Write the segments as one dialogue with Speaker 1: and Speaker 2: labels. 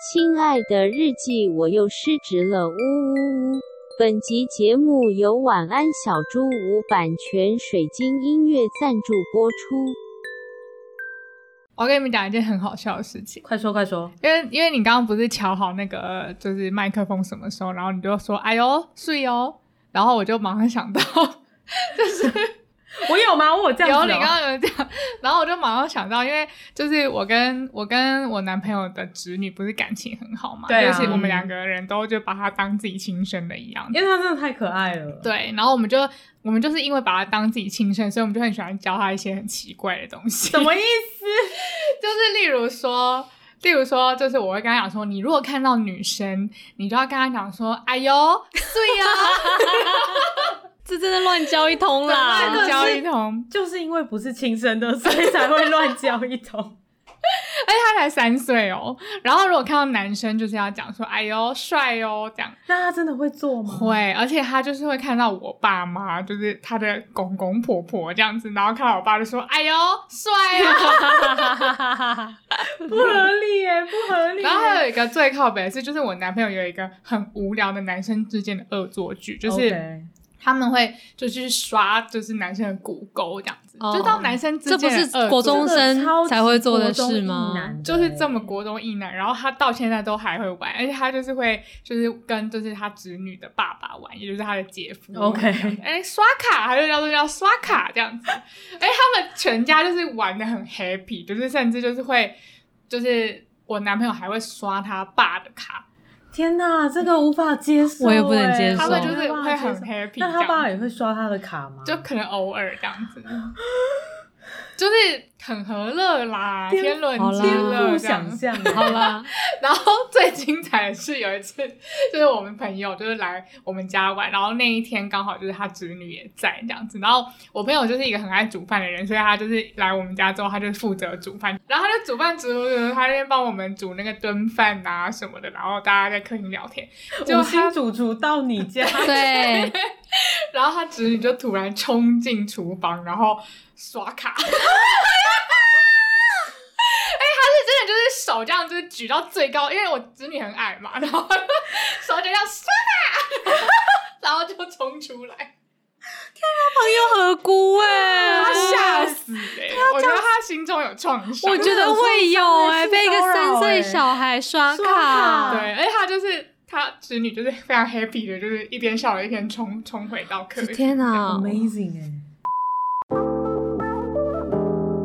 Speaker 1: 亲爱的日记，我又失职了，呜呜呜！本集节目由晚安小猪屋版权水晶音乐赞助播出。
Speaker 2: 我跟你们讲一件很好笑的事情，
Speaker 3: 快说快说，
Speaker 2: 因为因为你刚刚不是瞧好那个就是麦克风什么时候，然后你就说哎呦睡哦，然后我就马上想到，就是
Speaker 3: 我有吗？我有这样
Speaker 2: 有
Speaker 3: 子
Speaker 2: 你
Speaker 3: 哦、
Speaker 2: 刚刚有讲，然后我就马上想到，因为就是我跟我跟我男朋友的侄女不是感情很好嘛，
Speaker 3: 对啊
Speaker 2: 就是我们两个人都就把她当自己亲生的一样，
Speaker 3: 因为他真的太可爱了。
Speaker 2: 对，然后我们就我们就是因为把她当自己亲生，所以我们就很喜欢教她一些很奇怪的东西，
Speaker 3: 什么意思？
Speaker 2: 就是例如说，例如说，就是我会跟他讲说，你如果看到女生，你就要跟他讲说，哎呦，对呀、
Speaker 4: 这真的乱教一通
Speaker 2: 啊，
Speaker 4: 啦！
Speaker 2: 乱教一通。
Speaker 3: 就是因为不是亲生的，所以才会乱交一 通。
Speaker 2: 而且他才三岁哦。然后如果看到男生，就是要讲说，哎呦，帅哦，这样
Speaker 3: 那他真的会做吗？。
Speaker 2: 会。而且他就是会看到我爸妈，就是他的公公婆婆这样子，然后看到我爸就说，哎呦，帅哦。
Speaker 3: 不合理耶，不合理耶。
Speaker 2: 然后还有一个最靠北的是，就是我男朋友有一个很无聊的男生之间的恶作剧，就是。
Speaker 3: OK
Speaker 2: 他们会就去刷，就是男生的骨沟这样子，
Speaker 4: 哦
Speaker 2: 就到男生之
Speaker 4: 这不
Speaker 2: 间的恶
Speaker 4: 是
Speaker 2: 作剧，
Speaker 4: 国中
Speaker 3: 真的超
Speaker 4: 生
Speaker 3: 级
Speaker 4: 才会做的事
Speaker 3: 国中一
Speaker 4: 吗
Speaker 3: 男？的
Speaker 2: 就是这么国中一男，然后他到现在都还会玩，而且他就是会就是跟就是他侄女的爸爸玩，也就是他的姐夫玩
Speaker 3: OK
Speaker 2: 这样子哎刷卡，他就叫做叫刷卡这样子，哎他们全家就是玩的很 happy，就是甚至就是会就是我男朋友还会刷他爸的卡，
Speaker 3: 天哪，这个无法接受耶，
Speaker 4: 我也不能接受
Speaker 2: 他们就是
Speaker 3: 我没
Speaker 2: 会
Speaker 3: 办法
Speaker 2: 很
Speaker 3: 接受
Speaker 2: happy，
Speaker 3: 那
Speaker 2: 这
Speaker 3: 他
Speaker 2: 样
Speaker 3: 爸
Speaker 2: 子
Speaker 3: 也会刷他的卡吗？
Speaker 2: 就可能偶尔这样子，就是很和乐啦，
Speaker 3: 颠
Speaker 2: 天伦
Speaker 4: 好
Speaker 2: 之
Speaker 4: 啦
Speaker 2: 乐
Speaker 3: 不
Speaker 2: 这
Speaker 3: 想
Speaker 2: 样。
Speaker 3: 象。
Speaker 4: 好啦，
Speaker 2: 然后最精彩的是有一次，就是我们朋友就是来我们家玩，然后那一天刚好就是他侄女也在这样子。然后我朋友就是一个很爱煮饭的人，所以他就是来我们家之后，他就负责煮饭，然后他就煮饭煮煮煮，他在那边帮我们煮那个炖饭啊什么的，然后大家在客厅聊天，就
Speaker 3: 五星
Speaker 2: 他
Speaker 3: 主厨到你 家，
Speaker 4: 对，
Speaker 2: 然后他侄女就突然冲进厨房，然后刷卡。 哎，他是真的就是手这样，就是举到最高，因为我侄女很矮嘛，然后手就这样刷卡，然后就冲出来，
Speaker 4: 朋友何辜哎、
Speaker 1: 啊
Speaker 2: 他吓死哎、我觉得他心中有创伤。
Speaker 4: 我觉得会有哎、
Speaker 3: 性骚扰
Speaker 4: 被一个三岁
Speaker 3: 哎
Speaker 4: 小孩刷
Speaker 3: 刷卡
Speaker 2: 对，而且他就是他侄女就是非常 happy 的，就是一边笑了一边冲冲回到客厅。
Speaker 4: 天哪！
Speaker 5: 啊
Speaker 3: ，amazing 哎。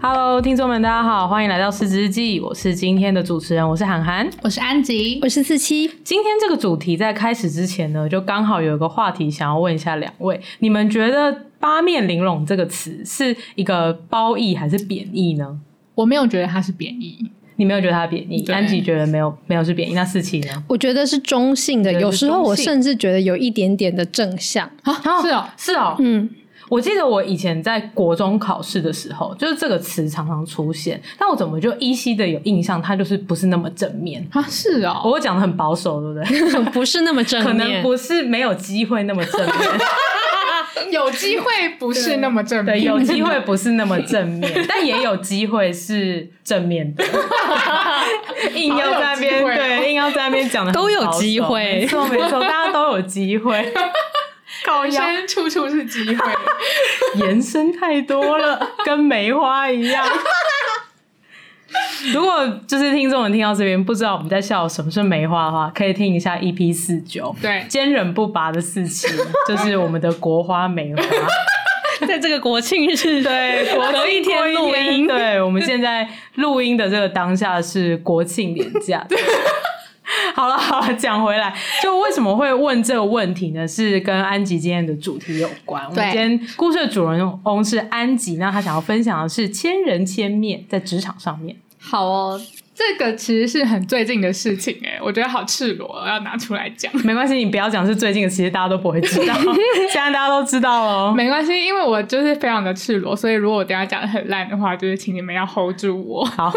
Speaker 6: Hello，听众们，大家好，欢迎来到《失职日记》，我是今天的主持人，我是涵涵。
Speaker 7: 我是安吉，
Speaker 4: 我是四七，
Speaker 6: 今天这个主题在开始之前呢，就刚好有一个话题想要问一下两位，你们觉得“八面玲珑”这个词是一个褒义还是贬义呢？
Speaker 2: 我没有觉得他是贬义，
Speaker 6: 你没有觉得它贬义，
Speaker 2: 对
Speaker 6: 安吉觉得没有没有是贬义，那四七呢？
Speaker 8: 我觉得是中性的，
Speaker 6: 对
Speaker 8: 有时候我
Speaker 6: 是中性啊
Speaker 8: 甚至觉得有一点点的正向。
Speaker 2: 是哦，
Speaker 6: 是哦，
Speaker 8: 嗯，
Speaker 6: 我记得我以前在国中考试的时候，就是这个词常常出现，但我怎么就依稀的有印象，它就是不是那么正面。
Speaker 2: 啊是哦，
Speaker 6: 我讲的很保守，对不对？
Speaker 4: 不是那么正
Speaker 6: 可
Speaker 4: 面，
Speaker 6: 能不是没有机会那么正面，
Speaker 2: 有机会不是那么正面，
Speaker 6: 对，有机会不是那么正面，但也有机会是正面的。硬要在那边
Speaker 2: 好有机会哦
Speaker 6: 对，硬要在那边讲的
Speaker 4: 都有机会
Speaker 6: 没错没错，大家都有机会。靠
Speaker 2: 人
Speaker 6: 腰
Speaker 2: 生处处是机 会。
Speaker 6: 延伸太多了，跟梅花一样。如果就是听众们听到这边不知道我们在笑什么是梅花的话，可以听一下 EP 四九，
Speaker 2: 对
Speaker 6: 坚韧不拔的 四期，就是我们的国花梅花。
Speaker 4: 在这个国庆日，
Speaker 6: 对，国
Speaker 4: 隔一
Speaker 6: 庆
Speaker 4: 天
Speaker 6: 过
Speaker 4: 录音
Speaker 6: 对，我们现在录音的这个当下是国庆连假。 好了好了，讲回来，就为什么会问这个问题呢？是跟安吉今天的主题有关。我们
Speaker 7: 对
Speaker 6: 今天故事的主人翁是安吉，那他想要分享的是千人千面在职场上面。
Speaker 4: 好哦。
Speaker 2: 这个其实是很最近的事情哎、我觉得好赤裸，要拿出来讲。
Speaker 6: 没关系，你不要讲是最近的，其实大家都不 会知道，现在大家都知道哦喽。
Speaker 2: 没关系，因为我就是非常的赤裸，所以如果我等一下讲的很烂的话，就是请你们要 hold 住我。
Speaker 6: 好，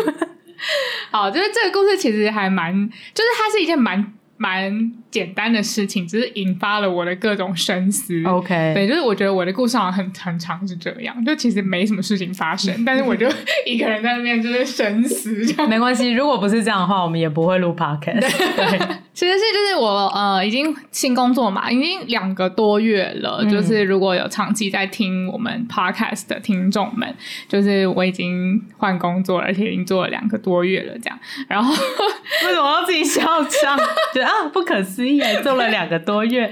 Speaker 2: 好，就是这个故事其实还蛮，就是它是一件蛮蛮简单的事情，只是引发了我的各种深思。
Speaker 6: OK，
Speaker 2: 对，就是我觉得我的故事好像很很常是这样，就其实没什么事情发生，但是我就 一个人在那边就是深思 这样。
Speaker 6: 没关系。如果不是这样的话，我们也不会录 Podcast。对
Speaker 2: 其实是就是我呃已经新工作嘛，已经两个多月了。
Speaker 6: 嗯
Speaker 2: 就是如果有长期在听我们 podcast 的听众们，就是我已经换工作了，而且已经做了两个多月了这样。然后
Speaker 6: 为什么要自己笑场？觉得啊，不可思议，做了两个多月。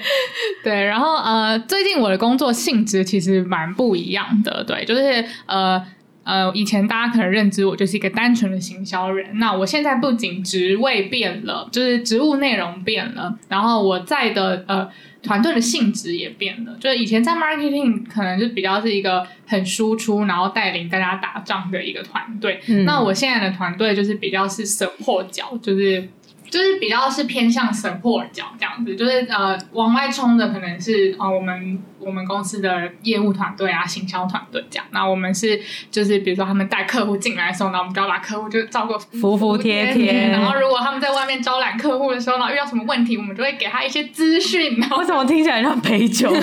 Speaker 2: 对，然后呃，最近我的工作性质其实蛮不一样的，对，就是呃。呃，以前大家可能认知我就是一个单纯的行销人，那我现在不仅职位变了，就是职务内容变了，然后我在的呃团队的性质也变了，就是以前在 marketing 可能就比较是一个很输出，然后带领大家打仗的一个团队，
Speaker 6: 嗯
Speaker 2: 那我现在的团队就是比较是 support 角，就是就是比较是偏向 support 角这样子，就是呃往外冲的可能是啊、呃我们我们公司的业务团队啊、行销团队这样。那我们是就是比如说他们带客户进来的时候，那我们就要把客户就照顾
Speaker 6: 服服帖帖
Speaker 2: 然后如果他们在外面招揽客户的时候，然后遇到什么问题，我们就会给他一些资讯，然后
Speaker 6: 为什么听起来像陪酒 的？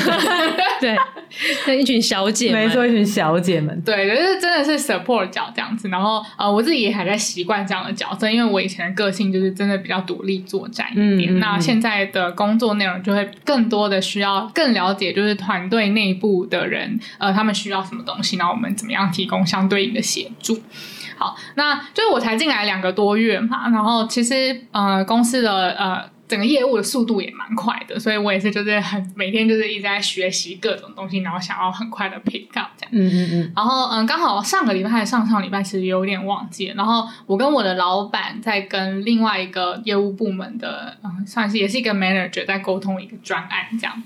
Speaker 4: 对，
Speaker 8: 那一群小姐们
Speaker 6: 没错，一群小姐们。
Speaker 2: 对，就是真的是 support 角这样子。然后呃，我自己也还在习惯这样的角色，因为我以前的个性就是真的比较独立作战一点。
Speaker 6: 嗯嗯嗯
Speaker 2: 那现在的工作内容就会更多的需要更了解，就是团队内部的人，呃，他们需要什么东西，然后我们怎么样提供相对应的协助。好，那就是我才进来两个多月嘛，然后其实呃公司的呃整个业务的速度也蛮快的，所以我也是就是很每天就是一直在学习各种东西，然后想要很快的 pick up 这样。
Speaker 6: 嗯嗯嗯，
Speaker 2: 然后嗯，刚好上个礼拜还是上上礼拜其实有点忘记了。然后我跟我的老板在跟另外一个业务部门的，嗯，算是也是一个 manager 在沟通一个专案这样。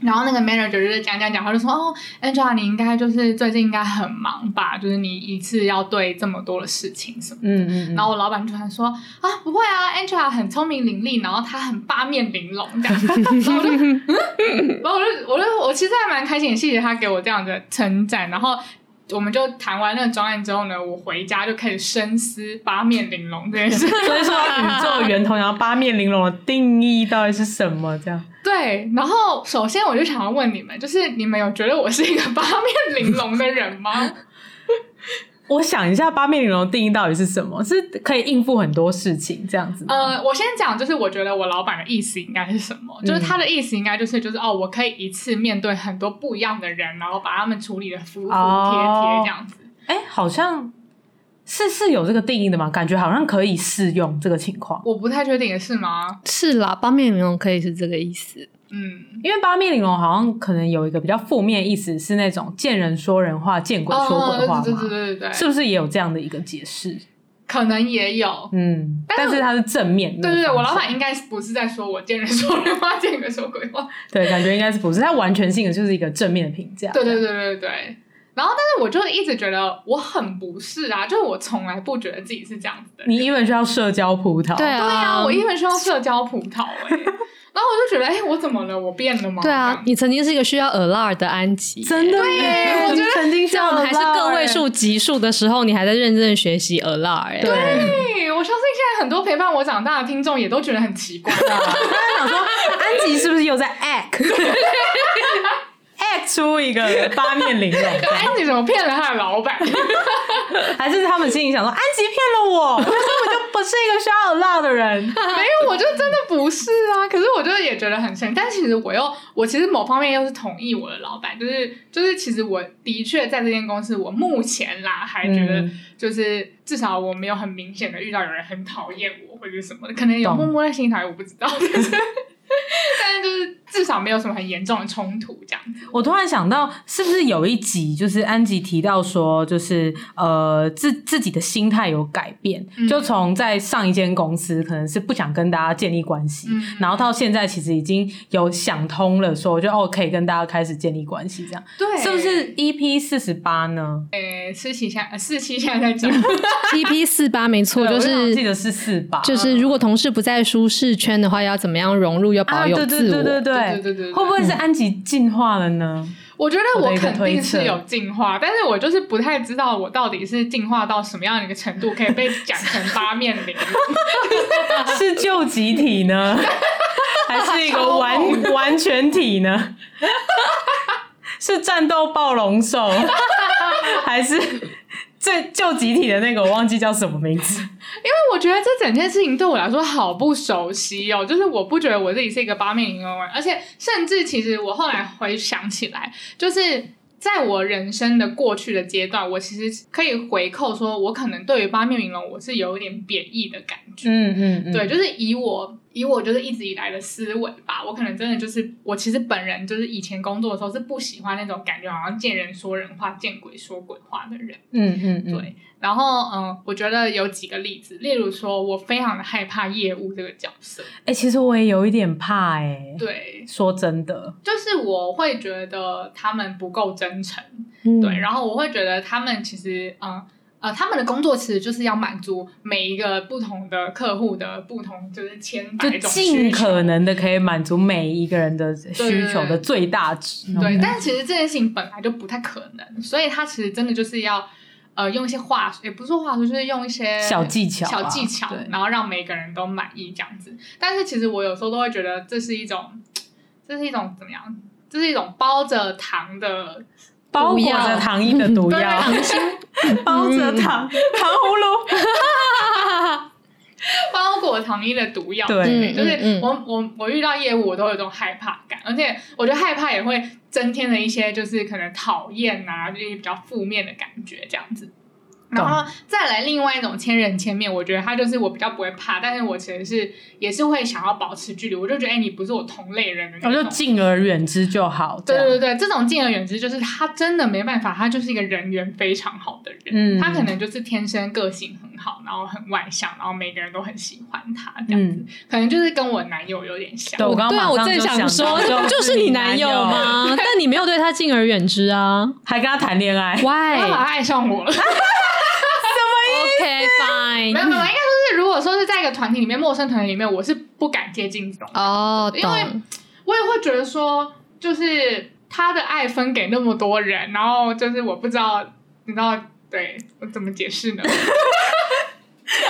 Speaker 2: 然后那个 manager 就是讲讲讲，他就说：“哦，Angela，你应该就是最近应该很忙吧？就是你一次要对这么多的事情什么的。
Speaker 6: 嗯嗯嗯，
Speaker 2: 然后我老板突然说啊，不会啊，Angela 很聪明伶俐，然后她很八面玲珑这样。然后我就，嗯，然后我就，我就，我其实还蛮开心，也谢谢他给我这样的称赞。然后我们就谈完那个专案之后呢，我回家就开始深思八面玲珑这件事。
Speaker 6: 所以说宇宙源头，然后八面玲珑的定义到底是什么？这样
Speaker 2: 对，然后首先我就想要问你们，就是你们有觉得我是一个八面玲珑的人吗？
Speaker 6: 我想一下，八面玲珑的定义到底是什么？是可以应付很多事情这样子吗？
Speaker 2: 呃，我先讲，就是我觉得我老板的意思应该是什么？就是他的意思应该就是就是哦，我可以一次面对很多不一样的人，然后把他们处理的服服帖帖
Speaker 6: 哦
Speaker 2: 这样子。
Speaker 6: 哎、好像是是有这个定义的嘛？感觉好像可以适用这个情况，
Speaker 2: 我不太确定是吗？
Speaker 8: 是啦，八面玲珑可以是这个意思。
Speaker 2: 嗯，
Speaker 6: 因为八面玲珑好像可能有一个比较负面意思，是那种见人说人话，见鬼说鬼话嘛？
Speaker 2: 哦对对对对对，
Speaker 6: 是不是也有这样的一个解释？
Speaker 2: 可能也有。
Speaker 6: 嗯，但是它是正面的
Speaker 2: 对
Speaker 6: 那
Speaker 2: 对
Speaker 6: 个方
Speaker 2: 对，
Speaker 6: 向。
Speaker 2: 我老板应该不是在说我见人说人话，见鬼说鬼话。
Speaker 6: 对感觉应该是不是，它完全性的就是一个正面的评价。
Speaker 2: 对对对对对。然后，但是我就一直觉得我很不是啊，就是我从来不觉得自己是这样子的人。
Speaker 6: 你因为需要社交葡萄，
Speaker 8: 对
Speaker 2: 对啊，
Speaker 8: 啊
Speaker 2: 我，英文需要社交葡萄 哎、然后我就觉得，哎、我怎么了？我变了吗？
Speaker 8: 对
Speaker 2: 这
Speaker 8: 啊
Speaker 2: 样，
Speaker 8: 你曾经是一个需要 alar 的安吉，
Speaker 6: 真的耶！
Speaker 8: 我觉
Speaker 6: 得曾经
Speaker 8: 在我们还是个位，数级数的时候，你还在认真地学习 alar 哎、
Speaker 6: 对。啊对
Speaker 2: 对，我相信现在很多陪伴我长大的听众也都觉得很奇怪。
Speaker 6: 我想说，安吉是不是又在 act？act 出一个八面玲珑，
Speaker 2: 哎，你怎么骗了他的老板？
Speaker 6: 还是他们心里想说，安吉骗了我，我根本就不是一个需要 allow 的 人。
Speaker 2: 没有，我就真的不是啊。可是我就也觉得很生气，但其实我又，我其实某方面又是同意我的老板，就是就是，其实我的确在这间公司，我目前啦还觉得
Speaker 6: 嗯
Speaker 2: 就是至少我没有很明显的遇到有人很讨厌我或者是什么的，可能有
Speaker 6: 懂
Speaker 2: 默默在心里讨厌，我不知道。但是但是就是至少没有什么很严重的冲突这样子。
Speaker 6: 我突然想到，是不是有一集就是安吉提到说，就是呃自自己的心态有改变，
Speaker 2: 嗯
Speaker 6: 就从在上一间公司可能是不想跟大家建立关系，
Speaker 2: 嗯
Speaker 6: 然后到现在其实已经有想通了说，就哦可以跟大家开始建立关系，这样
Speaker 2: 对
Speaker 6: 是不是 EP 四十八呢？
Speaker 2: 呃，四期现在呃四期现在在讲，
Speaker 8: EP 四八没错，
Speaker 6: 对
Speaker 8: 就
Speaker 6: 我想记
Speaker 8: 是
Speaker 6: 得是四八，
Speaker 8: 就是如果同事不在舒适圈的话，要怎么样融入，要保
Speaker 6: 啊，
Speaker 8: 有
Speaker 6: 对对
Speaker 8: 自
Speaker 6: 对对
Speaker 8: 我。
Speaker 2: 对对对对
Speaker 6: 会不会是安吉进化了呢？
Speaker 2: 我觉得
Speaker 6: 我
Speaker 2: 我
Speaker 6: 的一个
Speaker 2: 肯定
Speaker 6: 推测
Speaker 2: 是有进化，但是我就是不太知道我到底是进化到什么样的一个程度，可以被讲成八面玲。
Speaker 6: 是旧集体呢， 还是一个完完全体呢？是战斗暴龙 兽，还是最旧集体的那个？我忘记叫什么名字。
Speaker 2: 但我觉得这整件事情对我来说好不熟悉哦，就是我不觉得我自己是一个八面玲珑人，而且甚至其实我后来回想起来，就是在我人生的过去的阶段，我其实可以回扣说，我可能对于八面玲珑我是有一点贬义的感觉。
Speaker 6: 嗯嗯嗯，
Speaker 2: 对，就是以我以我就是一直以来的思维吧，我可能真的就是我其实本人就是以前工作的时候是不喜欢那种感觉，好像见人说人话，见鬼说鬼话的人。
Speaker 6: 嗯嗯嗯，
Speaker 2: 对，然后嗯，我觉得有几个例子，例如说我非常的害怕业务这个角色，
Speaker 6: 哎、其实我也有一点怕哎、
Speaker 2: 对，
Speaker 6: 说真的，
Speaker 2: 就是我会觉得他们不够真诚，
Speaker 8: 嗯
Speaker 2: 对，然后我会觉得他们其实嗯。呃，他们的工作其实就是要满足每一个不同的客户的不同，就是千百
Speaker 6: 就
Speaker 2: 种
Speaker 6: 尽
Speaker 2: 需求
Speaker 6: 可能的可以满足每一个人的需求的最大值。那种
Speaker 2: 对，
Speaker 6: 感觉
Speaker 2: 但是其实这件事情本来就不太可能，所以他其实真的就是要呃用一些话术，也不是说话术，就是用一些
Speaker 6: 小技巧啊
Speaker 2: 小技巧
Speaker 6: 对，
Speaker 2: 然后让每个人都满意这样子。但是其实我有时候都会觉得这是一种，这是一种怎么样？这是一种包着糖的，
Speaker 6: 包裹
Speaker 8: 毒
Speaker 6: 着
Speaker 8: 药
Speaker 6: 糖衣的毒
Speaker 2: 对
Speaker 6: 药，
Speaker 2: 糖
Speaker 6: 心包着糖糖葫芦。
Speaker 2: 包裹糖衣的毒药。
Speaker 6: 对
Speaker 8: 嗯
Speaker 2: 就是
Speaker 8: 嗯嗯
Speaker 2: 我我我遇到业务，我都有一种害怕感，而且我觉得害怕也会增添了一些就是可能讨厌啊，就是比较负面的感觉这样子。然后再来另外一种千人千面，我觉得他就是我比较不会怕，但是我其实是也是会想要保持距离，我就觉得哎、你不是我同类人的
Speaker 6: 我
Speaker 2: 那
Speaker 6: 哦就
Speaker 2: 种。
Speaker 6: 敬而远之就好。
Speaker 2: 对
Speaker 6: 这
Speaker 2: 对
Speaker 6: 样，
Speaker 2: 对，这种敬而远之，就是他真的没办法，他就是一个人缘非常好的人，
Speaker 6: 嗯
Speaker 2: 他可能就是天生个性很好，然后很外向，然后每个人都很喜欢他这样子，
Speaker 6: 嗯，
Speaker 2: 可能就是跟我男友有点像。
Speaker 6: 对我刚刚
Speaker 8: 对啊，
Speaker 6: 马
Speaker 8: 我
Speaker 6: 上
Speaker 8: 正
Speaker 6: 就
Speaker 8: 想
Speaker 6: 到
Speaker 8: 说，就是
Speaker 6: 你
Speaker 8: 你男友？吗？但你没有对他敬而远 之啊。
Speaker 6: 还跟他谈恋爱？
Speaker 2: 他把
Speaker 8: Why？OK
Speaker 2: 他爱上我了。
Speaker 6: 哎
Speaker 2: 没有
Speaker 8: fine。
Speaker 2: 没有，应该说是如果说是在一个团体里面，陌生团体里面，我是不敢接近这种。
Speaker 8: 哦，
Speaker 2: 因为
Speaker 8: 懂。
Speaker 2: 我也会觉得说，就是他的爱分给那么多人，然后就是我不知道，你知道，对我怎么解 释呢？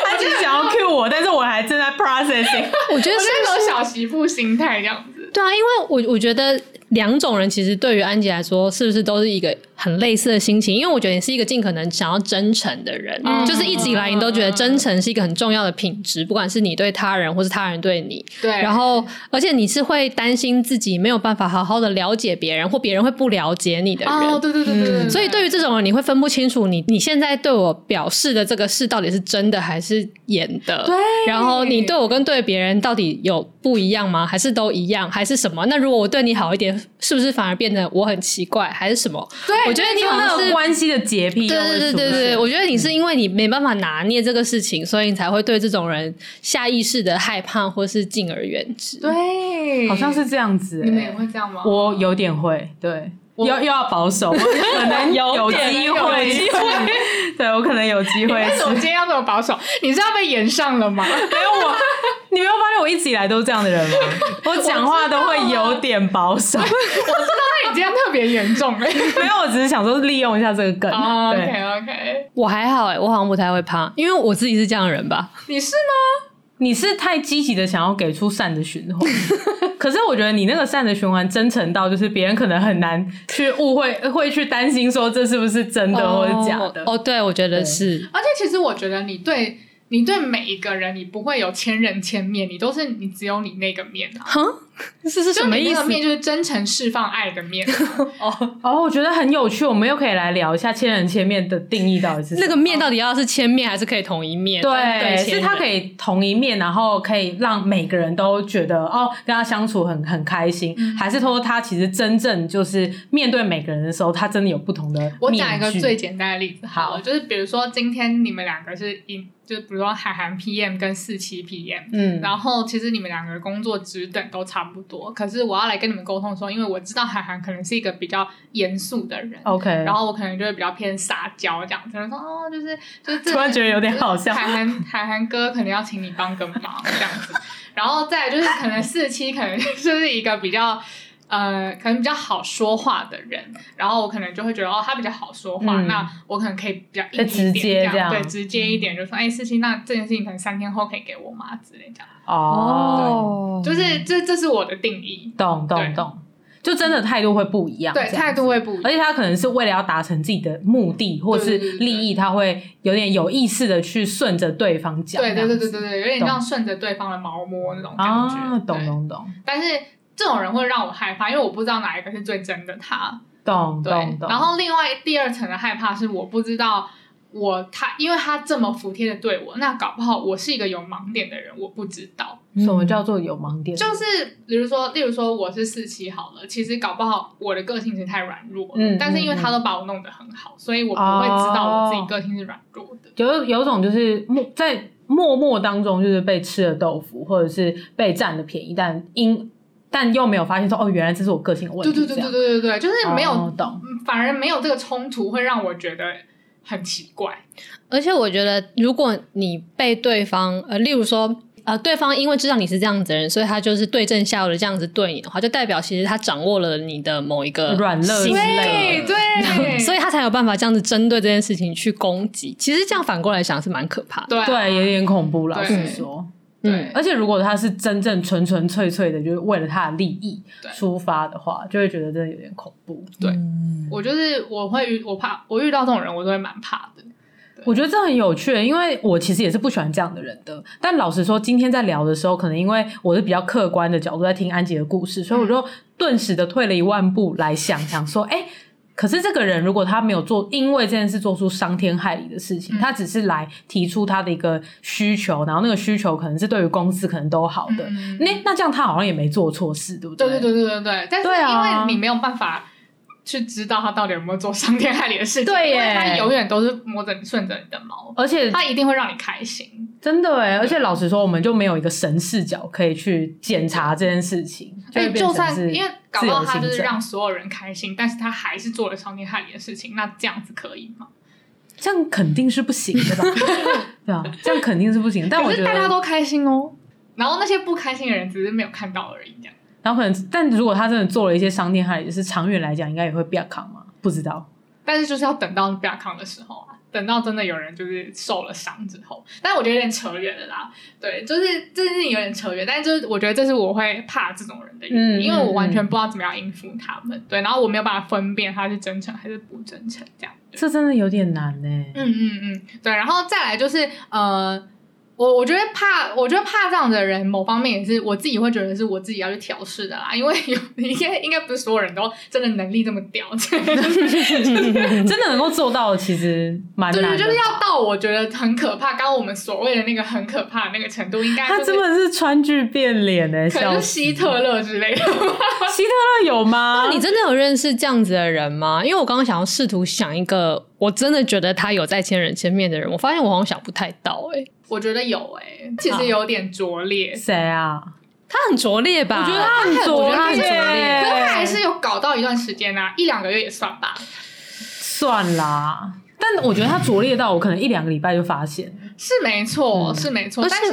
Speaker 6: 他就想要 cue 我，但是我还正在 processing。
Speaker 8: 我觉
Speaker 2: 我
Speaker 8: 得是
Speaker 2: 是那种小媳妇心态这样子。
Speaker 8: 对啊，因为我我觉得两种人其实对于安吉来说，是不是都是一个很类似的心情？因为我觉得你是一个尽可能想要真诚的人，
Speaker 2: 嗯
Speaker 8: 就是一直以来你都觉得真诚是一个很重要的品质，不管是你对他人或是他人对你。
Speaker 2: 对，
Speaker 8: 然后，而且你是会担心自己没有办法好好的了解别人，或别人会不了解你的人。
Speaker 2: 哦，对对对对对
Speaker 8: 嗯所以对于这种人，你会分不清楚你你现在对我表示的这个事到底是真的还是演的。
Speaker 2: 对
Speaker 8: 然后你对我跟对别人到底有不一样吗？还是都一样？还是什么？那如果我对你好一点，是不是反而变得我很奇怪？还是什么？
Speaker 2: 对，
Speaker 8: 我觉得你
Speaker 6: 就
Speaker 8: 好
Speaker 6: 那
Speaker 8: 像
Speaker 6: 个
Speaker 8: 是。
Speaker 6: 关系的洁癖，
Speaker 8: 对对对对对，，我觉得你是因为你没办法拿捏这个事情，所以你才会对这种人下意识的害怕或是敬而远之。
Speaker 2: 对
Speaker 6: 好像是这样子
Speaker 2: 你们也
Speaker 6: 欸。
Speaker 2: 会这样吗？
Speaker 6: 我有点会，对，
Speaker 2: 我
Speaker 6: 要又要保守，我可能有机会，机会，对我可能有机会
Speaker 2: 为什么今
Speaker 6: 是。
Speaker 2: 天要这么保守？你是要被延上了吗？
Speaker 6: 没有我，你没有发现我一直以来都是这样的人吗？我讲话都会有点保守。
Speaker 2: 那你今天特别严重 哎、
Speaker 6: 没有，我只是想说利用一下这个梗。
Speaker 2: 哦
Speaker 6: 对
Speaker 2: OK OK，
Speaker 8: 我还好哎、我好像不太会怕，因为我自己是这样的人吧。
Speaker 2: 你是吗？
Speaker 6: 你是太积极的想要给出善的循 环，可是我觉得你那个善的循环真诚到，就是别人可能很难去误会， 会去担心说这是不是真的或者假的。
Speaker 8: 哦，对，我觉得
Speaker 6: 对
Speaker 8: 是。
Speaker 2: 而且其实我觉得你对你对每一个人，你不会有千人千面，你都是你只有你那个面啊。
Speaker 8: 哼，这是什
Speaker 2: 就
Speaker 8: 么
Speaker 2: 你
Speaker 8: 意
Speaker 2: 那个
Speaker 8: 思？
Speaker 2: 面就是真诚释放爱的 面，
Speaker 6: 哦，我觉得很有趣，我们又可以来聊一下千人千面的定义到底是什么
Speaker 8: 那个面到底要是千面还是可以同一面？
Speaker 6: 对，是他可
Speaker 8: 以
Speaker 6: 以同一面，然后可以让每个人都觉得哦，跟他相处很很开心，还是说他其实真正就是面对每个人的时候，他真的有不同的面具。
Speaker 2: 我讲一个最简单的例子，
Speaker 6: 好
Speaker 2: 了就是比如说今天你们两个是一，就比如说海涵 PM 跟四七 PM，、
Speaker 6: 嗯，
Speaker 2: 然后其实你们两个工作职等都差不多，可是我要来跟你们沟通说，因为我知道海涵可能是一个比较严肃的人。
Speaker 6: OK，
Speaker 2: 然后我可能就会比较偏撒娇这样子，然后说哦，就是就是这
Speaker 6: 突然觉得有点好笑
Speaker 2: 海涵海涵哥可能要请你帮个忙这样子， 然后再来就是可能四期可能就是 一个比较。呃，可能比较好说话的人，然后我可能就会觉得哦，他比较好说话，
Speaker 6: 嗯
Speaker 2: 那我可能可以比较硬
Speaker 6: 再直
Speaker 2: 一
Speaker 6: 接
Speaker 2: 点，
Speaker 6: 这样
Speaker 2: 对，直接一点，就说哎，四期，那这件事情可能三天后可以给我吗？之类这样，
Speaker 6: 哦，
Speaker 8: 哦，
Speaker 2: 就是这这是我的定义，
Speaker 6: 懂
Speaker 2: 对
Speaker 6: 懂懂，就真的态度会不一样，
Speaker 2: 对，
Speaker 6: 这样子
Speaker 2: 态度会不一样
Speaker 6: 而且他可能是为了要达成自己的目的或
Speaker 2: 对
Speaker 6: 是
Speaker 2: 对对对
Speaker 6: 利益，他会有点有意识的去顺着对方讲。
Speaker 2: 对对对对对
Speaker 6: 对，
Speaker 2: 对，有点像顺着对方的毛摸那种感觉。
Speaker 6: 啊，懂
Speaker 2: 对。
Speaker 6: 懂懂
Speaker 2: 但是这种人会让我害怕，因为我不知道哪一个是最真的他。
Speaker 6: 懂
Speaker 2: 对。
Speaker 6: 懂懂。
Speaker 2: 然后另外第二层的害怕是我不知道我他，因为他这么服帖的对我，那搞不好我是一个有盲点的人，我不知道。
Speaker 6: 什么叫做有盲点？
Speaker 2: 就是比如说，例如说我是四期好了，其实搞不好我的个性其实太软弱了，
Speaker 6: 嗯哦
Speaker 2: 但是因为他都把我弄得很好，所以我不会知道我自己个性是软弱的。
Speaker 6: 有有种就是默在默默当中就是被吃了豆腐，或者是被占了便宜，但因但又没有发现说哦，原来这是我个性的问
Speaker 2: 对
Speaker 6: 题。
Speaker 2: 对对对对对对，就是没有、
Speaker 6: 哦懂
Speaker 2: 嗯反而没有这个冲突，会让我觉得很奇怪。
Speaker 8: 而且我觉得，如果你被对方，呃，例如说，呃，对方因为知道你是这样子的人，所以他就是对症下药的这样子对你的话，就代表其实他掌握了你的某一个
Speaker 6: 软肋
Speaker 8: 心
Speaker 6: 之
Speaker 8: 理
Speaker 6: 类的。
Speaker 2: 对
Speaker 8: 所以他才有办法这样子针对这件事情去攻击。其实这样反过来想是蛮可怕的。
Speaker 2: 对啊
Speaker 6: 对，有点恐怖，老
Speaker 2: 对
Speaker 6: 实说。
Speaker 2: 对
Speaker 6: 而且如果他是真正纯纯粹粹的，就是为了他的利益
Speaker 2: 对
Speaker 6: 出发的话，就会觉得真的有点恐怖。
Speaker 2: 对我就是我会遇我怕我遇到这种人，我都会蛮怕的。
Speaker 6: 我觉得这很有趣，欸因为我其实也是不喜欢这样的人的。但老实说，今天在聊的时候，可能因为我是比较客观的角度在听安吉的故事，所以我
Speaker 2: 嗯
Speaker 6: 就顿时的退了一万步来想，想说，哎、可是这个人如果他没有做，因为这件事做出伤天害理的事情，
Speaker 2: 嗯
Speaker 6: 他只是来提出他的一个需求，然后那个需求可能是对于公司可能都好的，
Speaker 2: 嗯
Speaker 6: 那那这样他好像也没做错事，对不
Speaker 2: 对
Speaker 6: 对
Speaker 2: 对对对对对，但是
Speaker 6: 对啊
Speaker 2: 因为你没有办法去知道他到底有没有做伤天害理的事情，
Speaker 6: 对耶嗯
Speaker 2: 因为他永远都是摸着你顺着你的毛，
Speaker 6: 而且
Speaker 2: 他一定会让你开心。
Speaker 6: 真的哎，而且老实说，我们就没有一个神视角可以去检查这件事情，就会
Speaker 2: 哎，
Speaker 6: 变
Speaker 2: 就
Speaker 6: 成
Speaker 2: 算
Speaker 6: 是
Speaker 2: 因为搞
Speaker 6: 自
Speaker 2: 不
Speaker 6: 由
Speaker 2: 好他就是
Speaker 6: 行政
Speaker 2: 让所有人开心，但是他还是做了伤天害理的事情，那这样子可以吗？
Speaker 6: 这样肯定是不行的 吧？对啊，这样肯定是不行。但我
Speaker 2: 可
Speaker 6: 觉
Speaker 2: 是
Speaker 6: 得
Speaker 2: 大家都开心哦，然后那些不开心的人只是没有看到而已，这样。
Speaker 6: 然后可能，但如果他真的做了一些伤天害理，就是长远来讲，应该也会变康嘛？不知道。
Speaker 2: 但是就是要等到比亚康的时候啊，等到真的有人就是受了伤之后，但我觉得有点扯远了啦。对，就是这件事情有点扯远，但就是我觉得这是我会怕这种人的原因，
Speaker 6: 嗯
Speaker 2: 因为我完全不知道怎么样应付他们。对，然后我没有办法分辨他是真诚还是不真诚这样。对
Speaker 6: 这真的有点难欸呢、
Speaker 2: 嗯嗯嗯，对，然后再来就是呃。我我觉得怕，我觉得怕这样的人，某方面也是我自己会觉得是我自己要去调试的啦，因为有 应该应该不是所有人都真的能力这么屌，
Speaker 6: 真的能够做到，其实蛮
Speaker 2: 对
Speaker 6: 难的。
Speaker 2: 嗯对，就是要到我觉得很可怕，刚刚我们所谓的那个很可怕的那个程度，应该
Speaker 6: 他
Speaker 2: 就
Speaker 6: 真
Speaker 2: 是
Speaker 6: 的是川剧变脸呢、
Speaker 2: 可能
Speaker 6: 笑
Speaker 2: 是
Speaker 6: 死
Speaker 2: 希特勒之类的。
Speaker 6: 希特勒有吗？
Speaker 8: 那你真的有认识这样子的人吗？因为我刚刚想要试图想一个，我真的觉得他有在千人千面的人，我发现我好像想不太到、欸，
Speaker 2: 我觉得有诶、其实有点拙劣，
Speaker 6: 谁啊？
Speaker 8: 他很拙劣吧？
Speaker 6: 我觉得他很
Speaker 8: 我
Speaker 6: 拙
Speaker 8: 觉得他很
Speaker 6: 劣，
Speaker 8: 拙劣
Speaker 2: 可是他还是有搞到一段时间啊，一两个月也算吧。
Speaker 6: 算啦。但我觉得他拙劣到我可能一两个礼拜就发现，
Speaker 2: 是没错，是没错，
Speaker 8: 而且
Speaker 2: 但是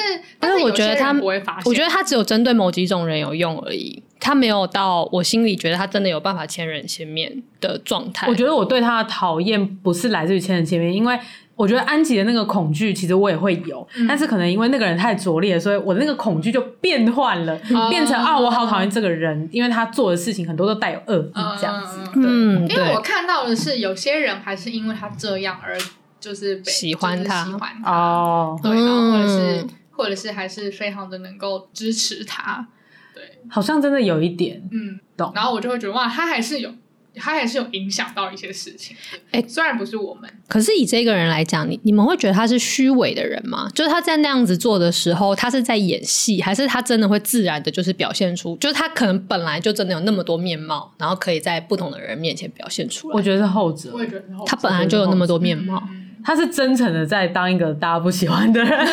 Speaker 2: 但
Speaker 8: 但嗯是
Speaker 2: 是
Speaker 8: 我
Speaker 2: 有些
Speaker 8: 觉得他
Speaker 2: 人不会发现，
Speaker 8: 我觉得他只有针对某几种人有用而已，他没有到我心里觉得他真的有办法千人千面的状态。
Speaker 2: 嗯
Speaker 6: 我觉得我对他的讨厌不是来自于千人千面，因为我觉得安吉的那个恐惧，其实我也会有，
Speaker 2: 嗯
Speaker 6: 但是可能因为那个人太拙劣，所以我的那个恐惧就变换了，
Speaker 2: 哦
Speaker 6: 变成啊，我好讨厌这个人，因为他做的事情很多都带有恶意这样子。
Speaker 2: 嗯嗯嗯
Speaker 8: 嗯，
Speaker 2: 因为我看到的是有些人还是因为他这样而就是被
Speaker 8: 喜欢
Speaker 2: 就是
Speaker 8: 他
Speaker 2: 喜欢他，
Speaker 6: 哦，
Speaker 2: 对，然后或者是
Speaker 8: 嗯
Speaker 2: 或者是还是非常的能够支持他。对，
Speaker 6: 好像真的有一点
Speaker 2: 嗯，
Speaker 6: 懂。
Speaker 2: 然后我就会觉得哇，他还是有，他还是有影响到一些事情。
Speaker 8: 哎
Speaker 2: 虽然不是我们，
Speaker 8: 可是以这个人来讲，你你们会觉得他是虚伪的人吗？就是他在那样子做的时候，他是在演戏，还是他真的会自然的，就是表现出，就是他可能本来就真的有那么多面貌，然后可以在不同的人面前表现出来。
Speaker 6: 我觉得是后者
Speaker 2: 我，也觉得很好
Speaker 8: 他本来就有那么多面貌，
Speaker 2: 嗯
Speaker 6: 他是真诚的在当一个大家不喜欢的人，